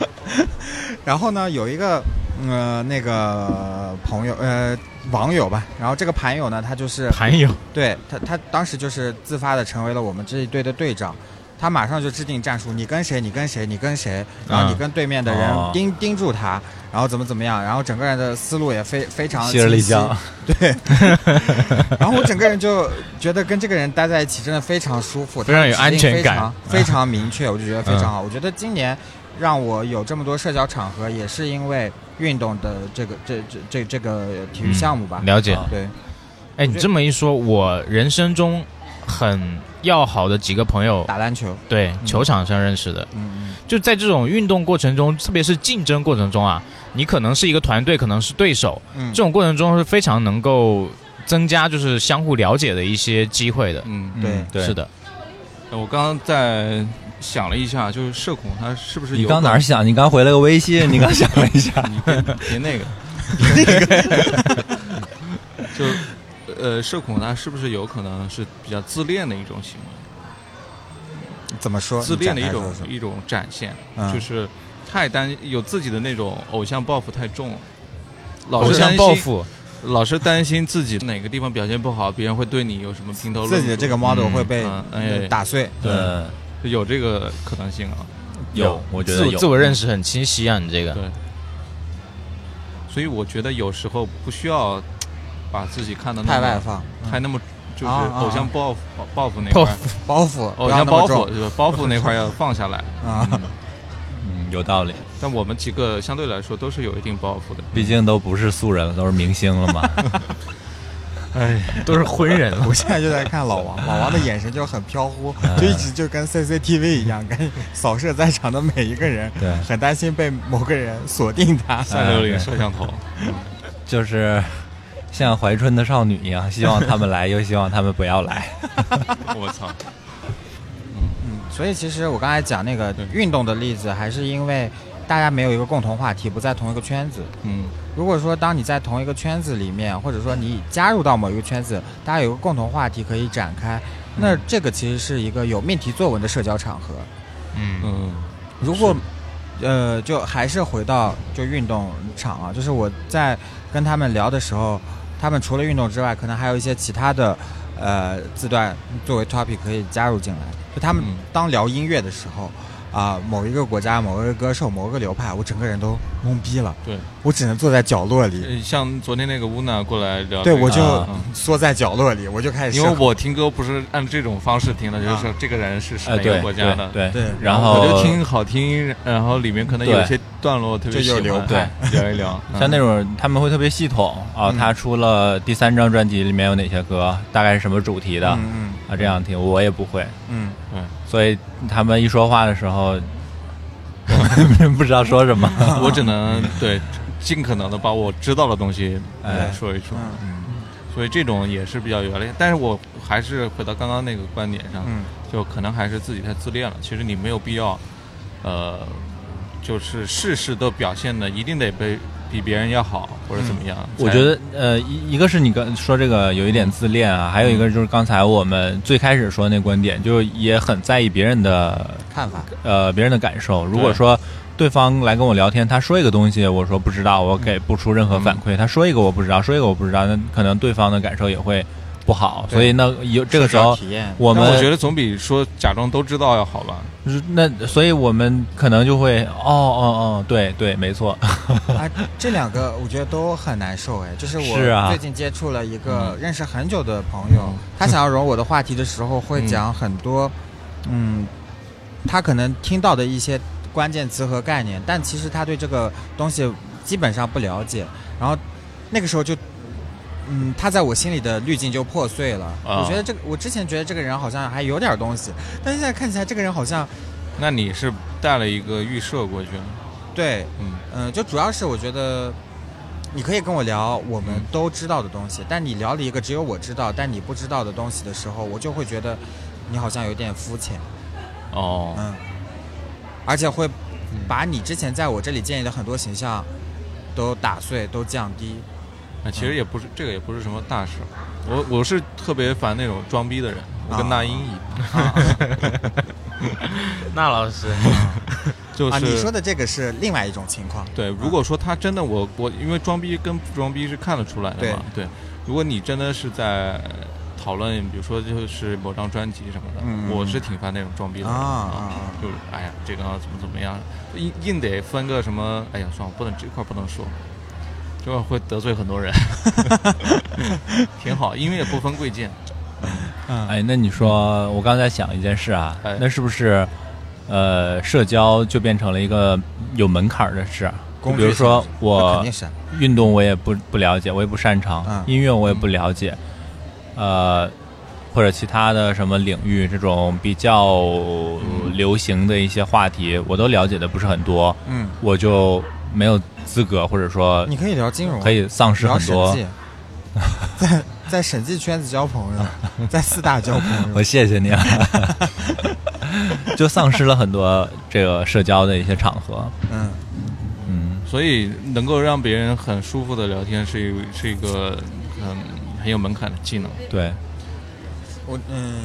A: 然后呢，有一个呃那个朋友呃网友吧，然后这个盘友呢，他就是
E: 盘友，
A: 对他他当时就是自发的成为了我们这一队的队长。他马上就制定战术，你跟谁，你跟谁，你跟谁，然后你跟对面的人
C: 哦
A: 盯、盯住他，然后怎么怎么样，然后整个人的思路也非非常
C: 吸了一
A: 清晰
C: 跤，
A: 对， 然后我整个人就觉得跟这个人待在一起真的非常舒服，
E: 非常有
A: 他的指
E: 安
A: 令
E: 全感嗯
A: 非常非常明确，我就觉得非常 好。我觉得今年让我有这么多社交场合，也是因为运动的这个这这这这个体育项目吧。
E: 了解。
A: 对，
E: 哎，你这么一说，我人生中很要好的几个朋友，
A: 打篮球，
E: 对
A: 嗯
E: 球场上认识的，
A: 嗯
E: 就在这种运动过程中，特别是竞争过程中啊，你可能是一个团队，可能是对手，
A: 嗯
E: 这种过程中是非常能够增加就是相互了解的一些机会的。
B: 嗯
A: 嗯，对，
C: 对
E: 是的，
B: 我刚刚在想了一下，就是社恐它是不是有
C: 你刚哪儿想？你刚回了个微信，你刚想了一下，
B: 你别别那 个，那个，就是呃，社恐它是不是有可能是比较自恋的一种行为，
A: 怎么说？
B: 自恋的
A: 你
B: 一
A: 展开
B: 种
A: 说说
B: 一种展现，
A: 嗯
B: 就是太担有自己的那种偶像抱负太重了，老
E: 偶
B: 是担心
E: 像报复，
B: 老是担心自己哪个地方表现不好，别人会对你有什么评头论足，
A: 自己的这个 model
E: 嗯
A: 会被
B: 嗯哎
A: 打碎。
B: 对
C: 嗯，
A: 啊
B: 有这个可能性啊。
C: 有，我觉
E: 自
C: 得
E: 我
C: 有
E: 自我认识很清晰啊，你这个
B: 对所以我觉得有时候不需要把自己看的
A: 太外，放，
B: 太那么就是
A: 啊啊
B: 偶像抱负抱负那块
E: 报
B: 儿，
E: 复
A: 包袱
B: 偶
A: 不要
B: 像
A: 那
B: 哦
A: 么
B: 包袱
A: 重
B: 就是包袱那块儿要放下来。
A: 啊！
C: 嗯有道理，
B: 但我们几个相对来说都是有一定包袱的，
C: 毕竟都不是素人了，都是明星了嘛。 哎
E: 都是婚人了。
A: 我现在就在看老王，老王的眼神就很飘忽，就一直就跟 CCTV 一样，跟扫射在场的每一个人，
C: 对
A: 很担心被某个人锁定他。
B: 三六零摄像头，
C: 就是像怀春的少女一样，希望他们来，又希望他们不要 来。
B: 我操！
A: 嗯所以其实我刚才讲那个
B: 对
A: 运动的例子，还是因为大家没有一个共同话题，不在同一个圈子。
B: 嗯，
A: 如果说当你在同一个圈子里面，或者说你加入到某一个圈子，大家有个共同话题可以展开，那这个其实是一个有命题作文的社交场合。
E: 嗯
B: 嗯，
A: 如果呃，就还是回到就运动场啊，就是我在跟他们聊的时候，他们除了运动之外，可能还有一些其他的呃字段作为 topic 可以加入进来。就他们
B: 嗯
A: 当聊音乐的时候。啊、某一个国家、某一个歌手、某一个流派，我整个人都懵逼了，
B: 对，
A: 我只能坐在角落里，
B: 呃像昨天那个乌娜过来聊这
A: 对
B: 个，
A: 我就
C: 嗯
B: 啊
A: 缩在角落里，我就开始
B: 因为
A: 生
B: 我听歌不是按这种方式听的，就是说这个人是是
C: 哎，
B: 哪个
C: 对
B: 国家的
C: 对，对，
A: 对
C: 然
B: 我就
C: 后
B: 听好听，然后里面可能有
C: 对
B: 一些段落特别
A: 就有
B: 喜
A: 流
B: 欢，
A: 派
B: 聊一聊，嗯
C: 像那种他们会特别系统啊，
A: 嗯
C: 他出了第三张专辑里面有哪些歌，大概是什么主题的
A: 嗯嗯
C: 啊，这样听我也不会，
A: 嗯，
C: 所以他们一说话的时候，我不知道说什么。
B: 我只能对尽可能的把我知道的东西
C: 哎
B: 说一说，
A: 嗯
B: 所以这种也是比较有的。但是我还是回到刚刚那个观点上，
A: 嗯
B: 就可能还是自己太自恋了。其实你没有必要，呃，就是事事都表现的一定得被比别人要好或者怎么样。
C: 我
B: 才
C: 觉得呃，一一个是你刚说这个有一点自恋啊，还有一个就是刚才我们最开始说那观点，就是也很在意别人的
A: 看法，
C: 呃别人的感受。如果
B: 对
C: 说对方来跟我聊天，他说一个东西，我说不知道，我给不出任何反馈；他说一个我不知道，说一个我不知道，那可能对方的感受也会不好，
A: 对
C: 所以呢，有这个时
A: 社交
C: 候
A: 体验，
C: 我
B: 但
C: 们
B: 我觉得总比说假装都知道要好吧。
C: 是那，所以我们可能就会哦哦哦，对对，没错，
A: 啊，这两个我觉得都很难受哎。就是
C: 是啊嗯
A: 我最近接触了一个认识很久的朋友， 他想要融我的话题的时候，会讲很多，嗯，他可能听到的一些关键词和概念，但其实他对这个东西基本上不了解。然后那个时候就。嗯，他在我心里的滤镜就破碎了。
B: 啊
A: 我觉得这个，我之前觉得这个人好像还有点东西，但现在看起来这个人好像
B: 那你是带了一个预设过去了，
A: 对，
B: 嗯
A: 嗯，就主要是我觉得，你可以跟我聊我们
B: 嗯
A: 都知道的东西，但你聊了一个只有我知道，但你不知道的东西的时候，我就会觉得你好像有点肤浅，
B: 哦，
A: 嗯，而且会
C: 嗯
A: 把你之前在我这里建立的很多形象都打碎、都降低。
B: 那其实也不是这个也不是什么大事，我我是特别烦那种装逼的人，我跟
A: 啊
B: 那英一样，
E: 那老师，
B: 就
A: 啊，你
B: 是
A: 说的这个是另外一种情况，
B: 对，如果说他真的我我，因为装逼跟不装逼是看得出来的嘛。对，如果你真的是在讨论，比如说就是某张专辑什么的，
A: 嗯
B: 我是挺烦那种装逼的人
A: 啊啊
B: 就是哎呀这个要怎么怎么样，硬硬得分个什么，哎呀算了，不能这块不能说。这块会得罪 很多人，挺好，因为也不分贵贱。
C: 哎，那你说，我刚才想一件事啊
B: 哎，
C: 那是不是，呃，社交就变成了一个有门槛儿的事啊？就
A: 工
C: 比
A: 具
C: 如
A: 性
C: 说
A: 质那肯
C: 我
A: 定是
C: 运动我也不不了解，我也不擅长，
A: 嗯
C: 音乐我也不了解，呃，或者其他的什么领域这种比较
A: 嗯
C: 流行的一些话题，我都了解的不是很多，
A: 嗯，
C: 我就没有资格，或者说
A: 你可以聊金融，
C: 可以丧失
A: 聊
C: 很
A: 审
C: 多。
A: 计，在在审计圈子交朋 友，在四大交朋
C: 我
A: 友，
C: 谢谢你啊， 就丧失了很多这个社交的一些场合。
A: 嗯。
C: 嗯，
B: 所以能够让别人很舒服的聊天是一是一个很很有门槛的技能。
C: 对，
A: 我嗯，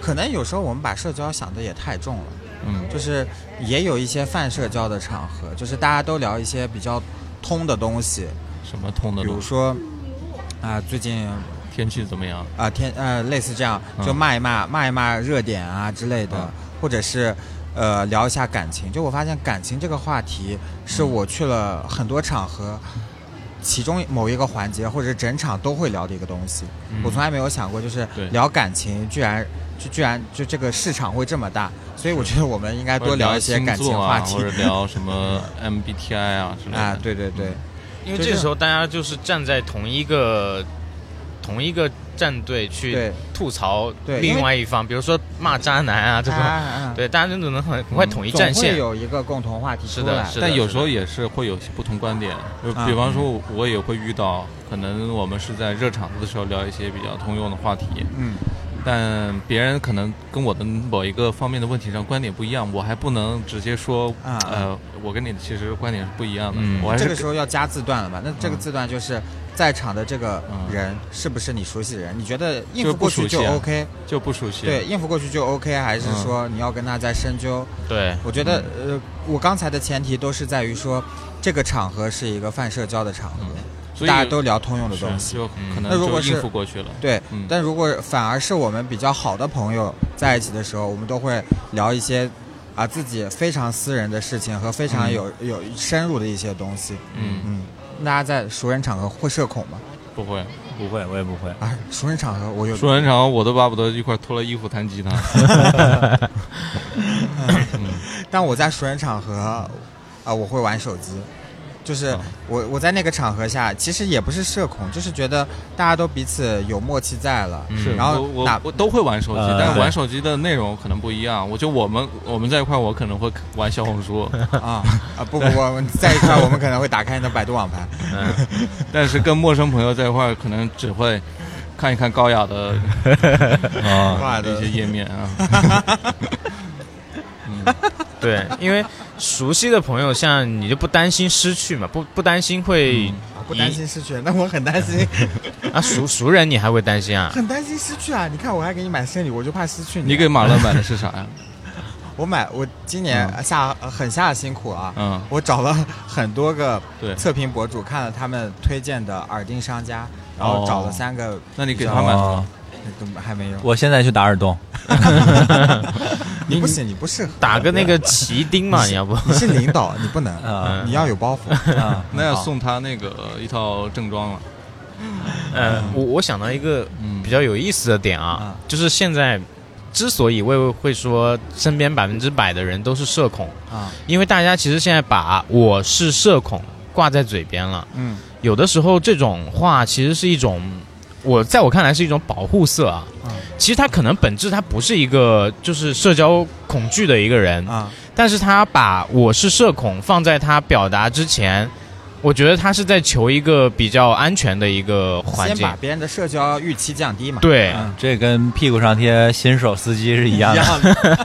A: 可能有时候我们把社交想的也太重了，
B: 嗯，
A: 就是也有一些泛社交的场合，就是大家都聊一些比较通的东西，
B: 什么通的
A: 比
B: 路
A: 如，说啊、最近啊、
B: 天气怎么样？
A: 天呃类似这样，就
B: 嗯
A: 骂一骂、骂一骂热点啊之类的，
B: 嗯
A: 或者是。呃，聊一下感情，就我发现感情这个话题是
B: 嗯
A: 我去了很多场合，其中某一个环节或者整场都会聊的一个东西。我从来没有想过，就是
B: 嗯对
A: 聊感情，居然就居然就这个市场会这么大，所以我觉得我们应该
B: 或者
A: 多聊一些
B: 星
A: 感情
B: 座
A: 话
B: 啊，
A: 题
B: 或者聊什么 MBTI 啊之类的。
A: 啊，对对对，
E: 因为这个时候大家就是站在同一个同一个战队
B: 嗯
E: 去
A: 对
E: 吐槽
A: 对因为
E: 另外一方，比如说骂渣男啊这
A: 啊
E: 种，
A: 啊，
E: 对，大家就能很很快统一
A: 总
E: 战
A: 会
E: 线。
A: 有一个共同话题
E: 是
A: 出
E: 的
A: 来
E: 是，的
B: 但有时候也是会有不同观点，就
A: 啊
B: 比方说，我也会遇到，可能我们是在热场子的时候聊一些比较通用的话题，
A: 嗯，
B: 但别人可能跟我的某一个方面的问题上观点不一样，我还不能直接说，
A: 啊
B: 呃，我跟你的其实观点是不一样的，
E: 嗯
B: 我还
A: 这
B: 是
A: 个时候要加字段了吧？那这个字段就是在场的这个
B: 嗯
A: 人是不是你熟悉的人？你觉得应
B: 就
A: 付
B: 不
A: 过去
B: 熟
A: 就
B: 悉啊
A: OK，
B: 就不熟悉，
A: 对，，应付过去就 OK，还是
B: 嗯
A: 说你要跟他再深究？
E: 对，
A: 我觉得，呃，我刚才的前提都是在于说，这个场合是一个泛社交的场合，
B: 嗯所以
A: 大家都聊通用的
B: 是
A: 东西。
B: 就可能
A: 那如
B: 就
A: 果是
B: 应付过去了，
A: 对，
B: 嗯
A: 但如果反而是我们比较好的朋友在一起的时候，我们都会聊一些啊自己非常私人的事情和非常有、有深入的一些东西。
B: 嗯，
A: 嗯，大家在熟人场合会社恐吗？
B: 不会。
C: 不会，我也不会。
A: 啊，熟人场合我有
B: 说完场，我都巴不得一块儿脱了衣服 弹吉他。
A: 但我在熟人场合，啊、我会玩手机，就是
B: 啊
A: 我我在那个场合下，其实也不是社恐，就是觉得大家都彼此有默契在了，
E: 嗯
B: 是，
A: 然后
B: 我
A: 哪
B: 我我都会玩手机，
C: 呃
B: 但是
C: 对
B: 玩手机的内容可能不一样。我就我们我们在一块儿，我可能会玩小红书，
A: 啊啊不不不，在一块儿我们可能会打开你的百度网盘，
B: 但是跟陌生朋友在一块儿，可能只会看一看高雅的
C: 啊，
A: 哇
B: 一
A: 的
B: 些页面啊。
E: 对，因为熟悉的朋友，像你就不担心失去嘛，不不担心会、
A: 啊不担心失去，那我很担心，
E: 啊熟熟人你还会担心啊？
A: 很担心失去啊！你看我还给你买生理，我就怕失去你。
B: 你给马乐买的是啥呀？
A: 我买我今年
B: 嗯
A: 下很下辛苦啊，
B: 嗯，
A: 我找了很多个
B: 对
A: 测评博主，看了他们推荐的耳钉商家，然后找了三个，
B: 那你给他买
C: 哦
B: 了吗？
A: 都还没有。
C: 我现在去打耳洞，
A: 你不行，你不适合，
E: 打个那个骑钉嘛，你要不？
A: 你是领导，你不能，
C: 啊
A: 你要有包袱。
C: 啊，
B: 那要送他那个一套正装了。
E: 呃，我我想到一个
B: 嗯
E: 比较有意思的点啊
A: 嗯，
E: 就是现在之所以为会说身边百分之百的人都是社恐，
A: 啊，
E: 因为大家其实现在把我是社恐挂在嘴边了。
A: 嗯
E: 有的时候这种话其实是一种，我在我看来是一种保护色啊
A: 嗯。
E: 其实他可能本质他不是一个就是社交恐惧的一个人，
A: 啊，
E: 但是他把我是社恐放在他表达之前，我觉得他是在求一个比较安全的一个环
A: 先
E: 境
A: 把。别人的社交预期降低嘛。
E: 对
A: 嗯
C: 这跟屁股上贴新手司机是一样
A: 一
C: 的。
A: 样的，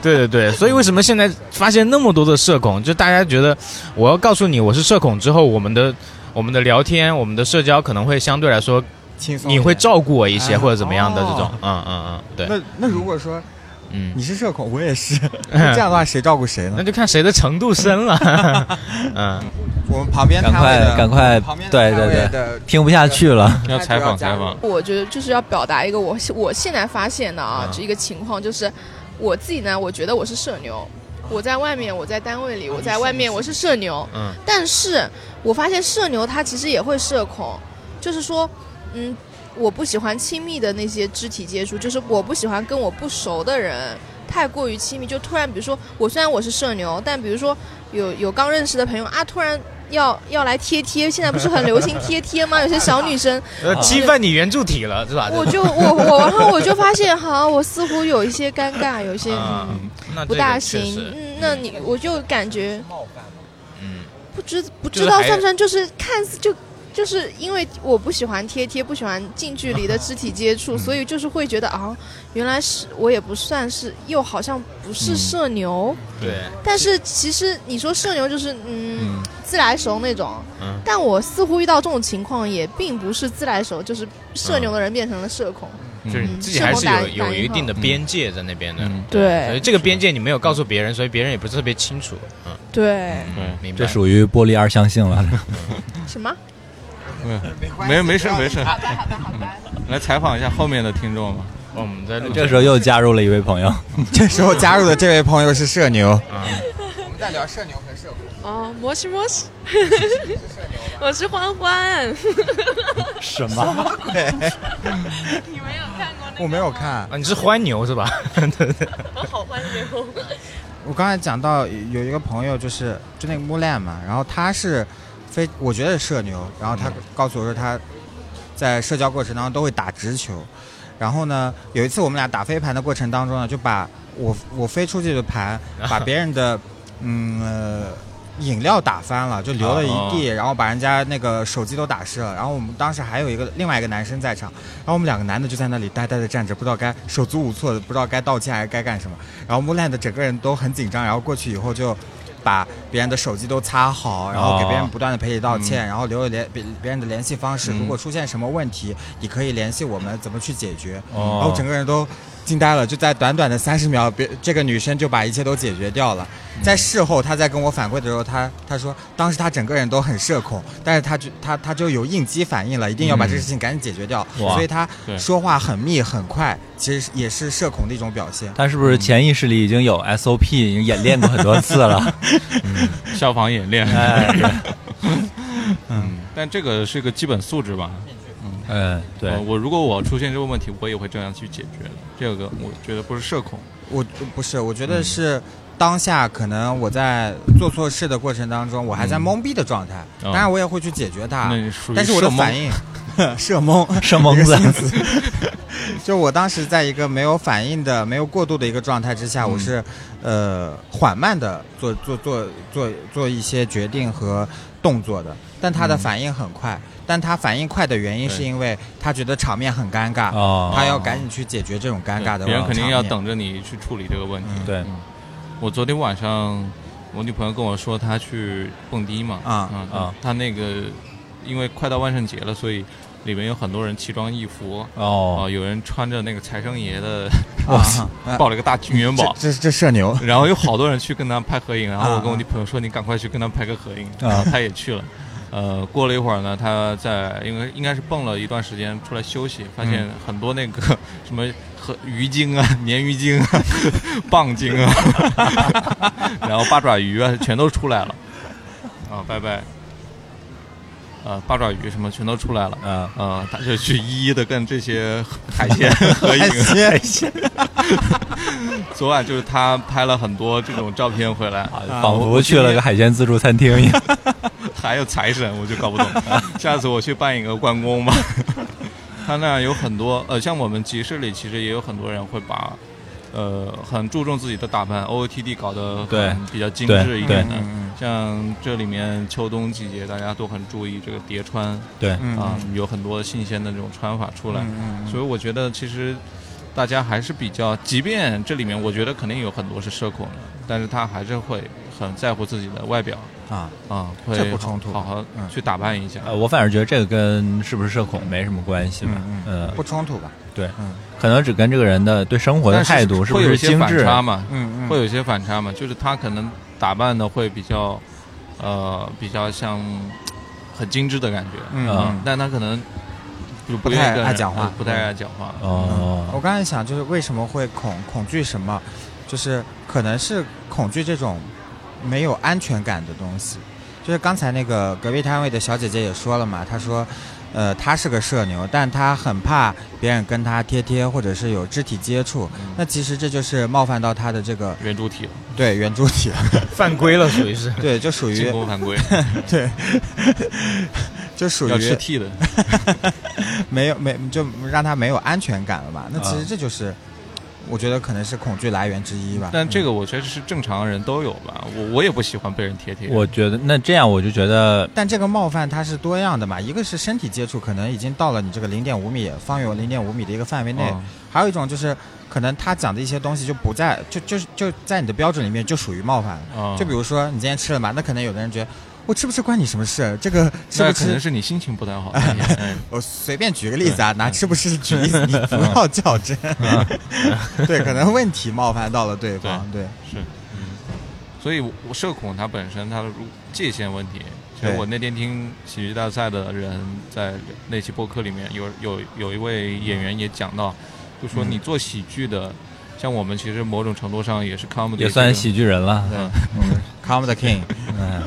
E: 对对对，所以为什么现在发现那么多的社恐？就大家觉得我要告诉你我是社恐之后，我们的我们的聊天、我们的社交可能会相对来说
A: 轻松一
E: 你
A: 点。
E: 会照顾我一些
A: 啊
E: 或者怎么样的这种
A: 哦，
E: 嗯嗯嗯，对，
A: 那那如果说
E: 嗯，
A: 你是社恐，我也是，那这样的话谁照顾谁
E: 那
A: 呢？
E: 就看谁的程度深 了，嗯，
A: 我们旁边
C: 赶
A: 摊位的
C: 快赶快
A: 旁边，
C: 对
A: 摊
C: 对
A: 位
C: 对，
A: 的
C: 听不下去了。
B: 要采访采访，
G: 我觉得就是要表达一个我我现在发现的啊，这一个情况就是我自己呢，我觉得我是社牛。我在外面，我在单位里，我在外面，我哦是社牛。
E: 嗯，
G: 但是我发现社牛他其实也会社恐，就是说，嗯，我不喜欢亲密的那些肢体接触，就是我不喜欢跟我不熟的人太过于亲密。就突然，比如说我虽然我是社牛，但比如说有有刚认识的朋友啊，突然要要来贴贴，现在不是很流行贴贴吗？有些小女生
E: 呃侵犯你原著体了是吧？
G: 我就我我，然后我就发现，好，我似乎有一些尴尬，有一些、
E: 啊
G: 嗯、，
E: 那
G: 不
E: 这个
G: 大
E: 确
G: 行。
E: 实
G: 嗯，那你我就感觉
E: 嗯，
G: 不知不
E: 就是
G: 知道
E: 还
G: 算不算，就是看似就就是因为我不喜欢贴贴，不喜欢近距 离的肢体接
E: 嗯
G: 触，所以就是会觉得啊，原来是我也不算是，又好像不
E: 嗯
G: 是社牛，
E: 对，
G: 但是其实你说社牛就是嗯
B: 嗯
G: 自来熟那种，
E: 嗯
G: 但我似乎遇到这种情况也并不是自来熟，就是社牛的人变成了社恐。
E: 就是你
G: 嗯
E: 自己还是有
G: 社恐打
E: 有一定的边界在那边的。
B: 嗯，
E: 所以
G: 对
E: 这个边界你没有告诉别人，所以别人也不是特别清楚。嗯，
G: 对，
B: 对，
E: 明白。
C: 这属于玻璃二象性了，
G: 什么？
B: 没没事没事，
A: 啊
G: 好吧，好吧，好吧。
B: 来采访一下后面的听众 吧。
E: 哦我们在录
C: 这时候又加入了一位朋友，
A: 这时候加入的这位朋友是社牛，
E: 啊，
A: 我们在聊社牛和社恐，
H: 哦，摩西 摩西，我是欢欢，
C: 什么？
H: 你没有看过那个？
A: 我没有。看。
E: 啊你是欢牛是吧？ 对对。
H: 我好欢迎哦。
A: 我刚才讲到有一个朋友，就是就那个木兰嘛，然后他是非我觉得社牛，然后他告诉我说他在社交过程当中都会打直球，然后呢，有一次我们俩打飞盘的过程当中呢，就把我我飞出去的盘把别人的嗯、呃、饮料打翻了，就流了一地，然后把人家那个手机都打湿了，然后我们当时还有一个另外一个男生在场，然后我们两个男的就在那里呆呆的站着，不知道该手足无措的，不知道该道歉还是该干什么。然后 Mulan 的整个人都很紧张，然后过去以后就把别人的手机都擦好，然后给别人不断的赔礼道歉，然后留了联别别人的联系方式，
B: 嗯
A: 如果出现什么问题，你可以联系我们怎么去解决。然后
C: 哦
A: 整，个人都惊呆了，就在短短的三十秒，别这个女生就把一切都解决掉了。在事后，她在跟我反馈的时候，她她说当时她整个人都很社恐，但是她就她她就有应激反应了，一定要把这个事情赶紧解决掉，
C: 哇
A: 所以她
B: 对
A: 说话很密很快，其实也是社恐的一种表现。
C: 他是不是潜意识里已经有 SOP，已经演练过很多次了？
B: 消防演练，
C: 哎，对
A: 嗯
B: 但这个是个基本素质吧。
C: 嗯，
B: 呃
C: 对，
B: 我如果我出现这个问题，我也会这样去解决的。这个我觉得不是社恐，
A: 我不是，我觉
B: 嗯
A: 得是当下可能我在做错事的过程当中，我还在懵逼的状态，
B: 嗯
A: 当然我也会去解决它，
B: 那你属于
A: 但是我的
B: 社
A: 反
B: 懵
A: 应社懵，
C: 生蒙子
A: 一个心思 就我当时在一个没有反应的、没有过度的一个状态之
B: 嗯
A: 下，我是呃缓慢的做做做做做一些决定和动作的，但他的反应很快。
B: 嗯
A: 但他反应快的原因
B: 对
A: 是因为他觉得场面很尴尬，
C: 哦
A: 他要赶紧去解决这种尴尬的
B: 别人
A: 场
B: 肯定要
A: 面。
B: 等着你去处理这个问题。
A: 嗯
C: 对，
B: 我昨天晚上，我女朋友跟我说她去蹦迪嘛，
A: 啊
B: 嗯
C: 啊
B: 她那个因为快到万圣节了，所以里面有很多人奇装异服，啊、
C: 哦，
B: 有人穿着那个财神爷的，
A: 哇，
B: 抱了个大金 元宝，
A: 这这这社牛，
B: 然后有好多人去跟他拍合影，然后我跟我
A: 啊
B: 女朋友说：“你赶快去跟他拍个合影。”然后他也去了。呃，过了一会儿呢，他在因为应该是蹦了一段时间出来休息，发现很多那个什么和鱼精啊、鲶鱼精啊、 蚌精啊， 然后八爪鱼啊，全都出来了。啊，拜拜。呃，八爪鱼什么全都出来了。
C: 嗯，
B: 呃，他就去一一的跟这些海鲜 合影。
A: 谢
B: 昨晚就是他拍了很多这种照片回来，
C: 啊仿佛去了个海鲜自助餐厅一样。
B: 还有财神，我就搞不 懂。下次我去扮一个关公吧。 他那儿有很多，呃，像我们集市里其实也有很多人会把，呃，很注重自己的打扮，OOTD 搞得
C: 对
B: 比较精
C: 对
B: 致一点的嗯
C: 对。
B: 像这里面秋冬季节，大家都很注意这个叠穿啊、
C: 对，
A: 嗯
B: 有很多新鲜的这种穿法出来。
A: 嗯
B: 所以我觉得其实大家还是比较，即便这里面我觉得肯定有很多是社恐的，但是他还是会很在乎自己的外表
A: 啊，
B: 啊，会
A: 这不冲突
B: 好好
A: 嗯
B: 去打扮一下。
C: 呃，我反而觉得这个跟是不是社恐没什么关系吧
A: 嗯，
C: 嗯，
A: 不冲突吧？
C: 对
A: 嗯
C: 可能只跟这个人的对生活的
B: 但
C: 态度是不
B: 会有
C: 是
B: 一些
C: 精
B: 反
C: 致
B: 差嘛？
A: 嗯
B: 会有一些反差嘛？就是他可能打扮的会比较，呃，比较像很精致的感觉，
A: 嗯
B: 啊
A: 嗯，
B: 但他可能就
A: 不太
B: 愿意跟
A: 爱
B: 人
A: 讲话嗯
B: 呃不太爱讲话。
A: 我
B: 嗯
C: 哦，
A: 刚才想，就是为什么会恐恐惧什么，就是可能是恐惧这种没有安全感的东西。就是刚才那个隔壁摊位的小姐姐也说了嘛，她说，呃，她是个社牛，但她很怕别人跟她贴贴或者是有肢体接触。那其实这就是冒犯到她的这个
B: 圆柱体了，
A: 对圆柱体，
E: 犯规了，属于是
A: 对，就属
B: 进
A: 于
B: 攻犯规，
A: 对，就属
B: 要吃
A: 于
B: T 的，
A: 没有没就让她没有安全感了吧？那其
C: 啊
A: 实这就是，我觉得可能是恐惧来源之一吧。
B: 但这
A: 嗯
B: 个我觉得是正常人都有吧，我我也不喜欢被人贴贴。
C: 我觉得那这样我就觉得
A: 嗯但这个冒犯它是多样的嘛，一个是身体接触，可能已经到了你这个零点五米方圆零点五米的一个范围内，
B: 哦
A: 还有一种就是可能他讲的一些东西就不在，就就就在你的标准里面就属于冒犯了。
B: 哦
A: 就比如说你今天吃了嘛，那可能有的人觉得我吃不吃关你什么事，这个吃
B: 那
A: 不
B: 可能
A: 吃，
B: 是你心情不太好。 哎
A: 我随便举个例子啊，
B: 嗯
A: 拿吃不吃举例 子，你不要较真。
B: 啊
A: 对，可能问题冒犯到了对方，对，
B: 是，所以我我社恐它本身它的如界限问题。其实
A: 对
B: 我那天听喜剧大赛的人在那期播客里面有有有一位演员也讲到，就说你做喜剧的，像我们其实某种程度上也是 comedy，
C: 也算
B: 这个
C: 喜剧人了。
B: 嗯，
A: Come the King，
C: 嗯，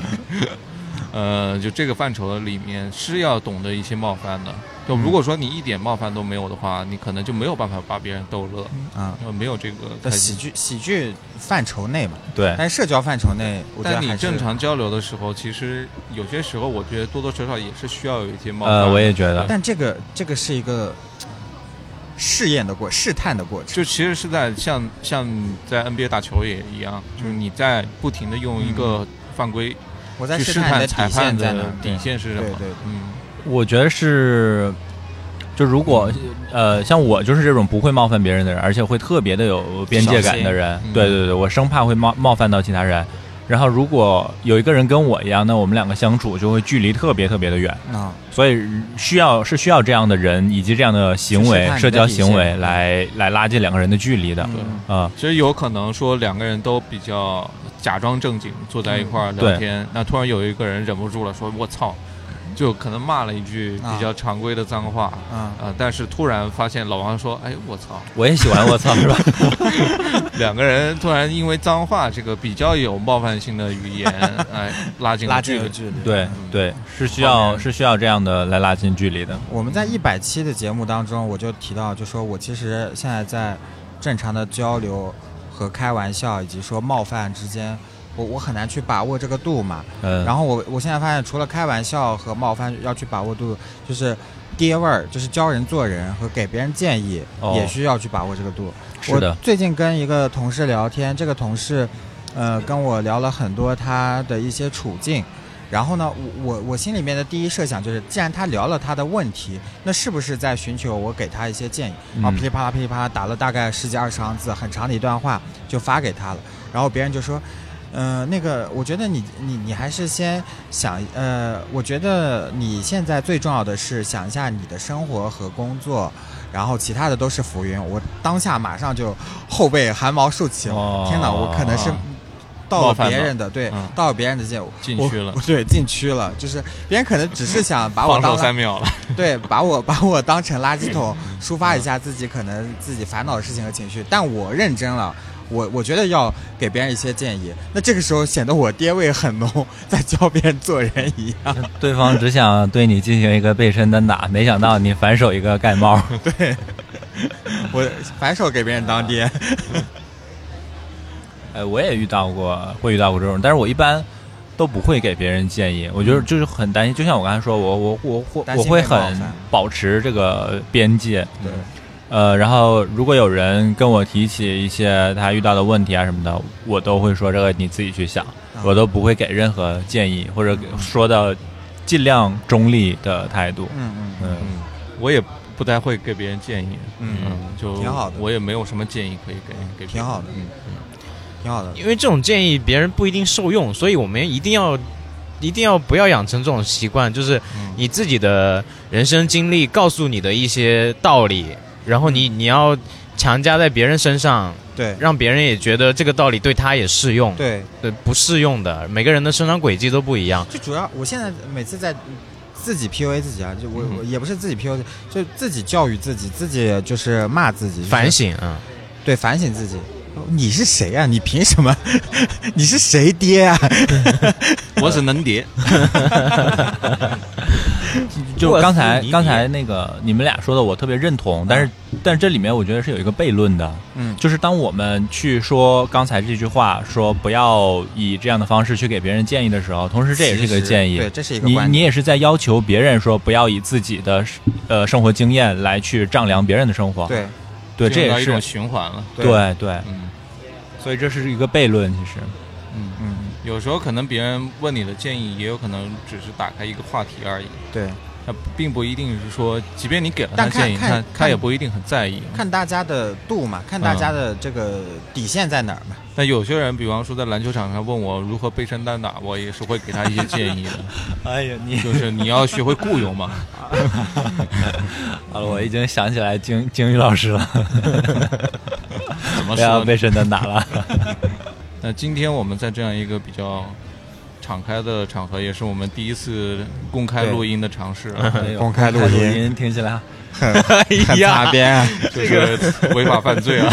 B: 呃，就这个范畴里面是要懂得一些冒犯
C: 嗯
B: 的。就如果说你一点冒犯都没有的话，你可能就没有办法把别人逗乐，
C: 嗯
A: 啊，
B: 呃，没有这个
A: 在
B: 开
A: 喜
B: 心。
A: 剧喜剧范畴内嘛，
C: 对，
B: 哎
A: 但是社交范畴内，我觉得
B: 但
A: 还
B: 你
A: 是
B: 正常交流的时候，其实有些时候，我觉得多多少少也是需要有一些冒犯。
C: 呃，我也觉
B: 哎
C: 得，
A: 但这个这个是一个试验的过试探的过程，
B: 就其实是在像像在 NBA 打球也一样，就是你在不停的用一个犯规
A: 我嗯在
B: 去
A: 试
B: 试
A: 你
B: 探
A: 的
B: 裁
A: 底
B: 判
A: 线在哪
B: 的
A: 儿，
B: 底线是什
A: 对
B: 么
A: 对对。
B: 嗯，
C: 我觉得是，就如果
B: 嗯
C: 呃，像我就是这种不会冒犯别人的人，而且会特别的有边界感的人
B: 小心，嗯
C: 对对对，我生怕会冒冒犯到其他人。然后如果有一个人跟我一样，那我们两个相处就会距离特别特别的远，
A: 啊，
C: 所以需要是需要这样的人以及这样的行
A: 去试
C: 为、
A: 探你的
C: 社交
A: 底线
C: 行为来来拉近两个人的距离的，
B: 对。
C: 啊、
B: 其实有可能说两个人都比较假装正经，坐在一
A: 嗯
B: 块儿聊
C: 对
B: 天，那突然有一个人忍不住了，说“我操”，就可能骂了一句比较常规的脏话。
A: 啊
B: 呃，但是突然发现老王说：“哎，我操
C: 我也喜欢我操是吧？！”
B: 两个人突然因为脏话这个比较有冒犯性的语 言，哎，拉近了
A: 拉
B: 距
A: 近了
B: 离。
A: 距离。
C: 对
A: 嗯
C: 对，是需
B: 后
C: 要
B: 面
C: 是需要这样的来拉近距离的。
A: 我们在一百期的节目当中，我就提到，就说我其实现在在正常的交流和开玩笑以及说冒犯之间，我我很难去把握这个度嘛。
C: 嗯，
A: 然后我我现在发现，除了开玩笑和冒犯，要去把握度，就是爹味儿，就是教人做人和给别人建议，
C: 哦
A: 也需要去把握这个度。
C: 是的
A: 我，最近跟一个同事聊天，这个同事，呃，跟我聊了很多他的一些处境。然后呢，我我我心里面的第一设想就是，既然他聊了他的问题，那是不是在寻求我给他一些建议？
C: 嗯
A: 然后噼里啪啦噼里啪啦打了大概十几二十行字，很长的一段话就发给他了。然后别人就说，呃，那个，我觉得你你你还是先想，呃，我觉得你现在最重要的是想一下你的生活和工作，然后其他的都是浮云。我当下马上就后背汗毛竖起了，
C: 哦
A: 天哪，我可能是到
B: 冒
A: 了
B: 犯
A: 别
B: 了
A: 人的对，
B: 嗯
A: 到了别人的界，
B: 禁
A: 我
B: 区了
A: 我对，禁区了，就是别人可能只是想把我
B: 放
A: 当
B: 手三秒了，
A: 对，把我 把我当成垃圾桶，抒发一下自己可能自己烦恼的事情和情绪。但我认真了，我我觉得要给别人一些建议。那这个时候显得我爹味很浓， 在教别人做人一样。
C: 对方只想对你进行一个背身单打，没想到你反手一个盖帽。
A: 我反手给别人当爹，
C: 呃，我也遇到过，会遇到过这种，但是我一般都不会给别人建议。我觉得就是很担心，就像我刚才说，我我我我
A: 嗯担
C: 我
A: 心
C: 会
A: 被冒
C: 很
A: 犯
C: 保持这个边界。
A: 对，
C: 呃，然后如果有人跟我提起一些他遇到的问题啊什么的，我都会说这个你自己去
A: 啊
C: 想，我都不会给任何建议或者给说到尽量中立的态度。
A: 嗯嗯，
C: 嗯，
B: 嗯，我也不太会给别人建议，
A: 嗯
B: 就
A: 挺好的
B: 我也没有什么建议可以给给别人，
A: 挺好的
B: 嗯，
A: 挺好的。
E: 因为这种建议别人不一定受用，所以我们一定要一定要不要养成这种习惯，就是
A: 嗯
E: 你自己的人生经历告诉你的一些道理，然后
A: 嗯
E: 你你要强加在别人身上，
A: 对
E: 让别人也觉得这个道理对他也适用。
A: 对，
E: 对，不适用的，每个人的生长轨迹都不一样。
A: 就主要我现在每次在自己 PUA 自己啊，就我、我也不是自己 PUA，就自己教育自己，自己就是骂自己，就是
E: 反省 啊，
A: 对，反省自己。你是谁啊？你凭什么？ 你是谁爹啊？
B: 我只能叠，
C: 就
E: 沃斯
C: 刚才
E: 尼比
C: 刚才那个你们俩说的，我特别认同，但是但是这里面我觉得是有一个悖论的，
A: 嗯
C: 就是当我们去说刚才这句话，说不要以这样的方式去给别人建议的时候，同时这也是一个建议，
A: 对，这是一个
C: 你
A: 观
C: 你
A: 点。
C: 也是在要求别人说不要以自己的呃生活经验来去丈量别人的生活，
A: 对，
C: 对，这
B: 进入到
C: 也
B: 一种
C: 是
B: 循环了，
A: 对
C: 对对，
B: 嗯
C: 所以这是一个悖论，其实
B: 嗯。
A: 嗯，
B: 有时候可能别人问你的建议，也有可能只是打开一个话题而已，
A: 对，
C: 嗯
B: 他并不一定是说，即便你给了他
A: 但看
B: 建议，
A: 看
B: 他他
A: 看
B: 也不一定很在意。
A: 看大家的度嘛，看大
C: 嗯
A: 家的这个底线在哪儿嘛。
B: 但有些人，比方说在篮球场上问我如何背身单打，我也是会给他一些建议 的，
C: 哎呀，你
B: 就是你要学会雇佣嘛。
C: 好了，我已经想起来金金宇老师了，
B: 怎么
C: 不要
B: 说
C: 被
B: 呢？
C: 神灯打了。
B: 那今天我们在这样一个比较敞开的场合，也是我们第一次公开
A: 对
B: 录音的尝试啊，
C: 哎
A: 嗯
C: 呦
A: 公开录音
C: 听起来
A: 很擦边 啊，
B: 就是违法犯 罪啊。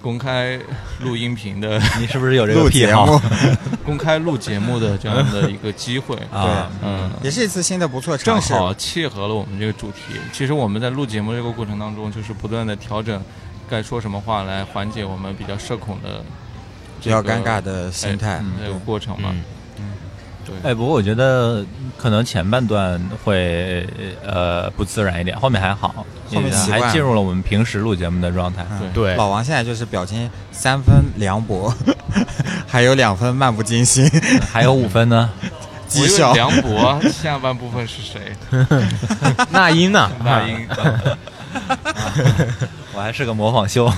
B: 公开录音频的
C: 你是不是有这个
A: 录
C: 癖
A: 节
C: 好，
A: 目
B: 公开录节目的这样的一个机会
C: 啊？
B: 嗯，
A: 也是一次新的不错
B: 正
A: 尝试。
B: 好契合了我们这个主题。其实我们在录节目这个过程当中，就是不断的调整该说什么话来缓解我们比较社恐的、哎
A: 比较尴尬的心态，
B: 嗯这个过程嘛。
E: 嗯
C: 哎，不过我觉得可能前半段会呃不自然一点，后面还好，
A: 后面
C: 也
A: 习惯
C: 还进入了我们平时录节目的状态。
A: 嗯
E: 对
A: 老王现在就是表情三分凉薄， 还有两分漫不经心，
C: 还有五分 呢，
B: 我
A: 讥
B: 以
A: 笑
B: 为。梁博下半部分 是谁？
E: 那英呢？
B: 那英。
C: 我还是个模仿秀。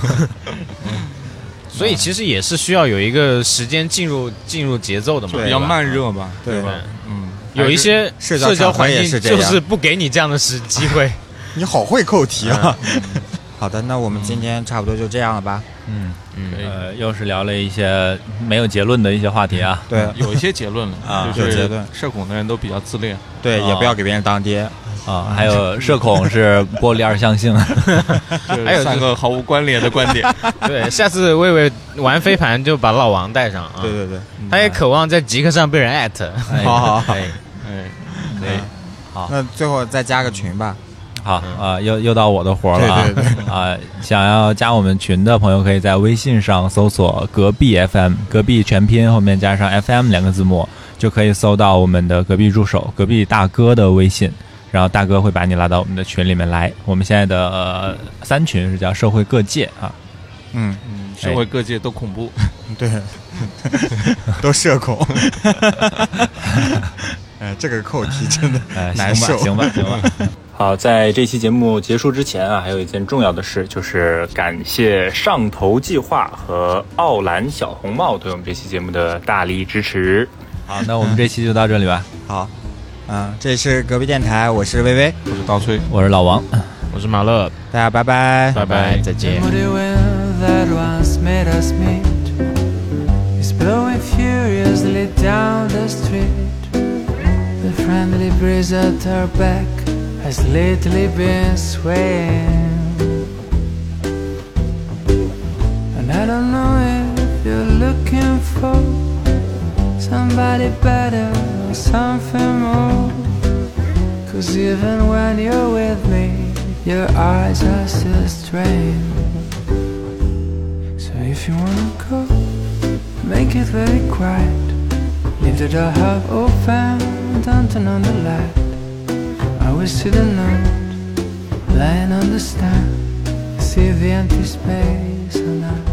E: 所以其实也是需要有一个时间进入进入节奏的嘛，
A: 对
B: 比较慢热吧，
A: 对
B: 吧？嗯，
E: 有一些
A: 社
E: 社
A: 交
E: 交
A: 场合
E: 环
A: 也
E: 境
A: 是这
E: 就
A: 样
E: 是不给你这样的时机会。
A: 你好会扣题啊！ 好的，那我们今天差不多就这样了吧？
C: 嗯，
E: 嗯
B: 可以
C: 呃，又是聊了一些没有结论的一些话题啊。
A: 对
B: 有一些结论了，
C: 啊
B: 就
A: 呃有结
B: 是
A: 论
B: 社恐的人都比较自 恋，
A: 对，也不要给别人当爹。嗯
C: 啊，还有社恐是玻璃二象性。
B: 就是
E: 还有就是
B: 三个毫无关联的观点。
E: 对，下次薇薇玩飞盘就把老王带上啊
A: 对，对对，
E: 他也渴望在极客上被人艾特。
C: 哎
A: 好好好
E: 哎，
B: 哎，
E: 对，
A: 那最后再加个群吧。
C: 好啊、又又到我的活了啊！
A: 嗯对对
C: 啊、想要加我们群的朋友，可以在微信上搜索“隔壁 FM”，隔壁全拼后面加上 “FM” 两个字母，就可以搜到我们的隔壁助手、隔壁大哥的微信，然后大哥会把你拉到我们的群里面来。我们现在的、呃、三群是叫社会各界啊，
A: 嗯，
B: 嗯，社会各界都恐怖。
A: 对， 都社恐。哎，这个扣题真的
C: 呃，
A: 难
C: 哎
I: 呃
C: 行吧，
A: 受。
C: 行吧，行吧。 好，在这期节目结束之前啊，还有一件重要的事，就是感谢上头计划和奥兰小红帽对我们这期节目的大力支持。
I: 好，那我们这期就到这里吧。
A: 好，嗯，这里是隔壁电台，我是微微，
B: 我是刀崔，
I: 我是老王，
E: 我是马乐，
A: 大家拜拜，
E: 拜拜，再见。
D: is blowing furiously down the street. The friendly breeze at her back has lately been swaying. And I don't know if you're looking for somebody better or something more. Cause even when you're with me, your eyes are still strained. So if you wanna go, make it very quiet. Leave the door half open, don't turn on the light. I will see the note lying on the stand, see the empty space and I.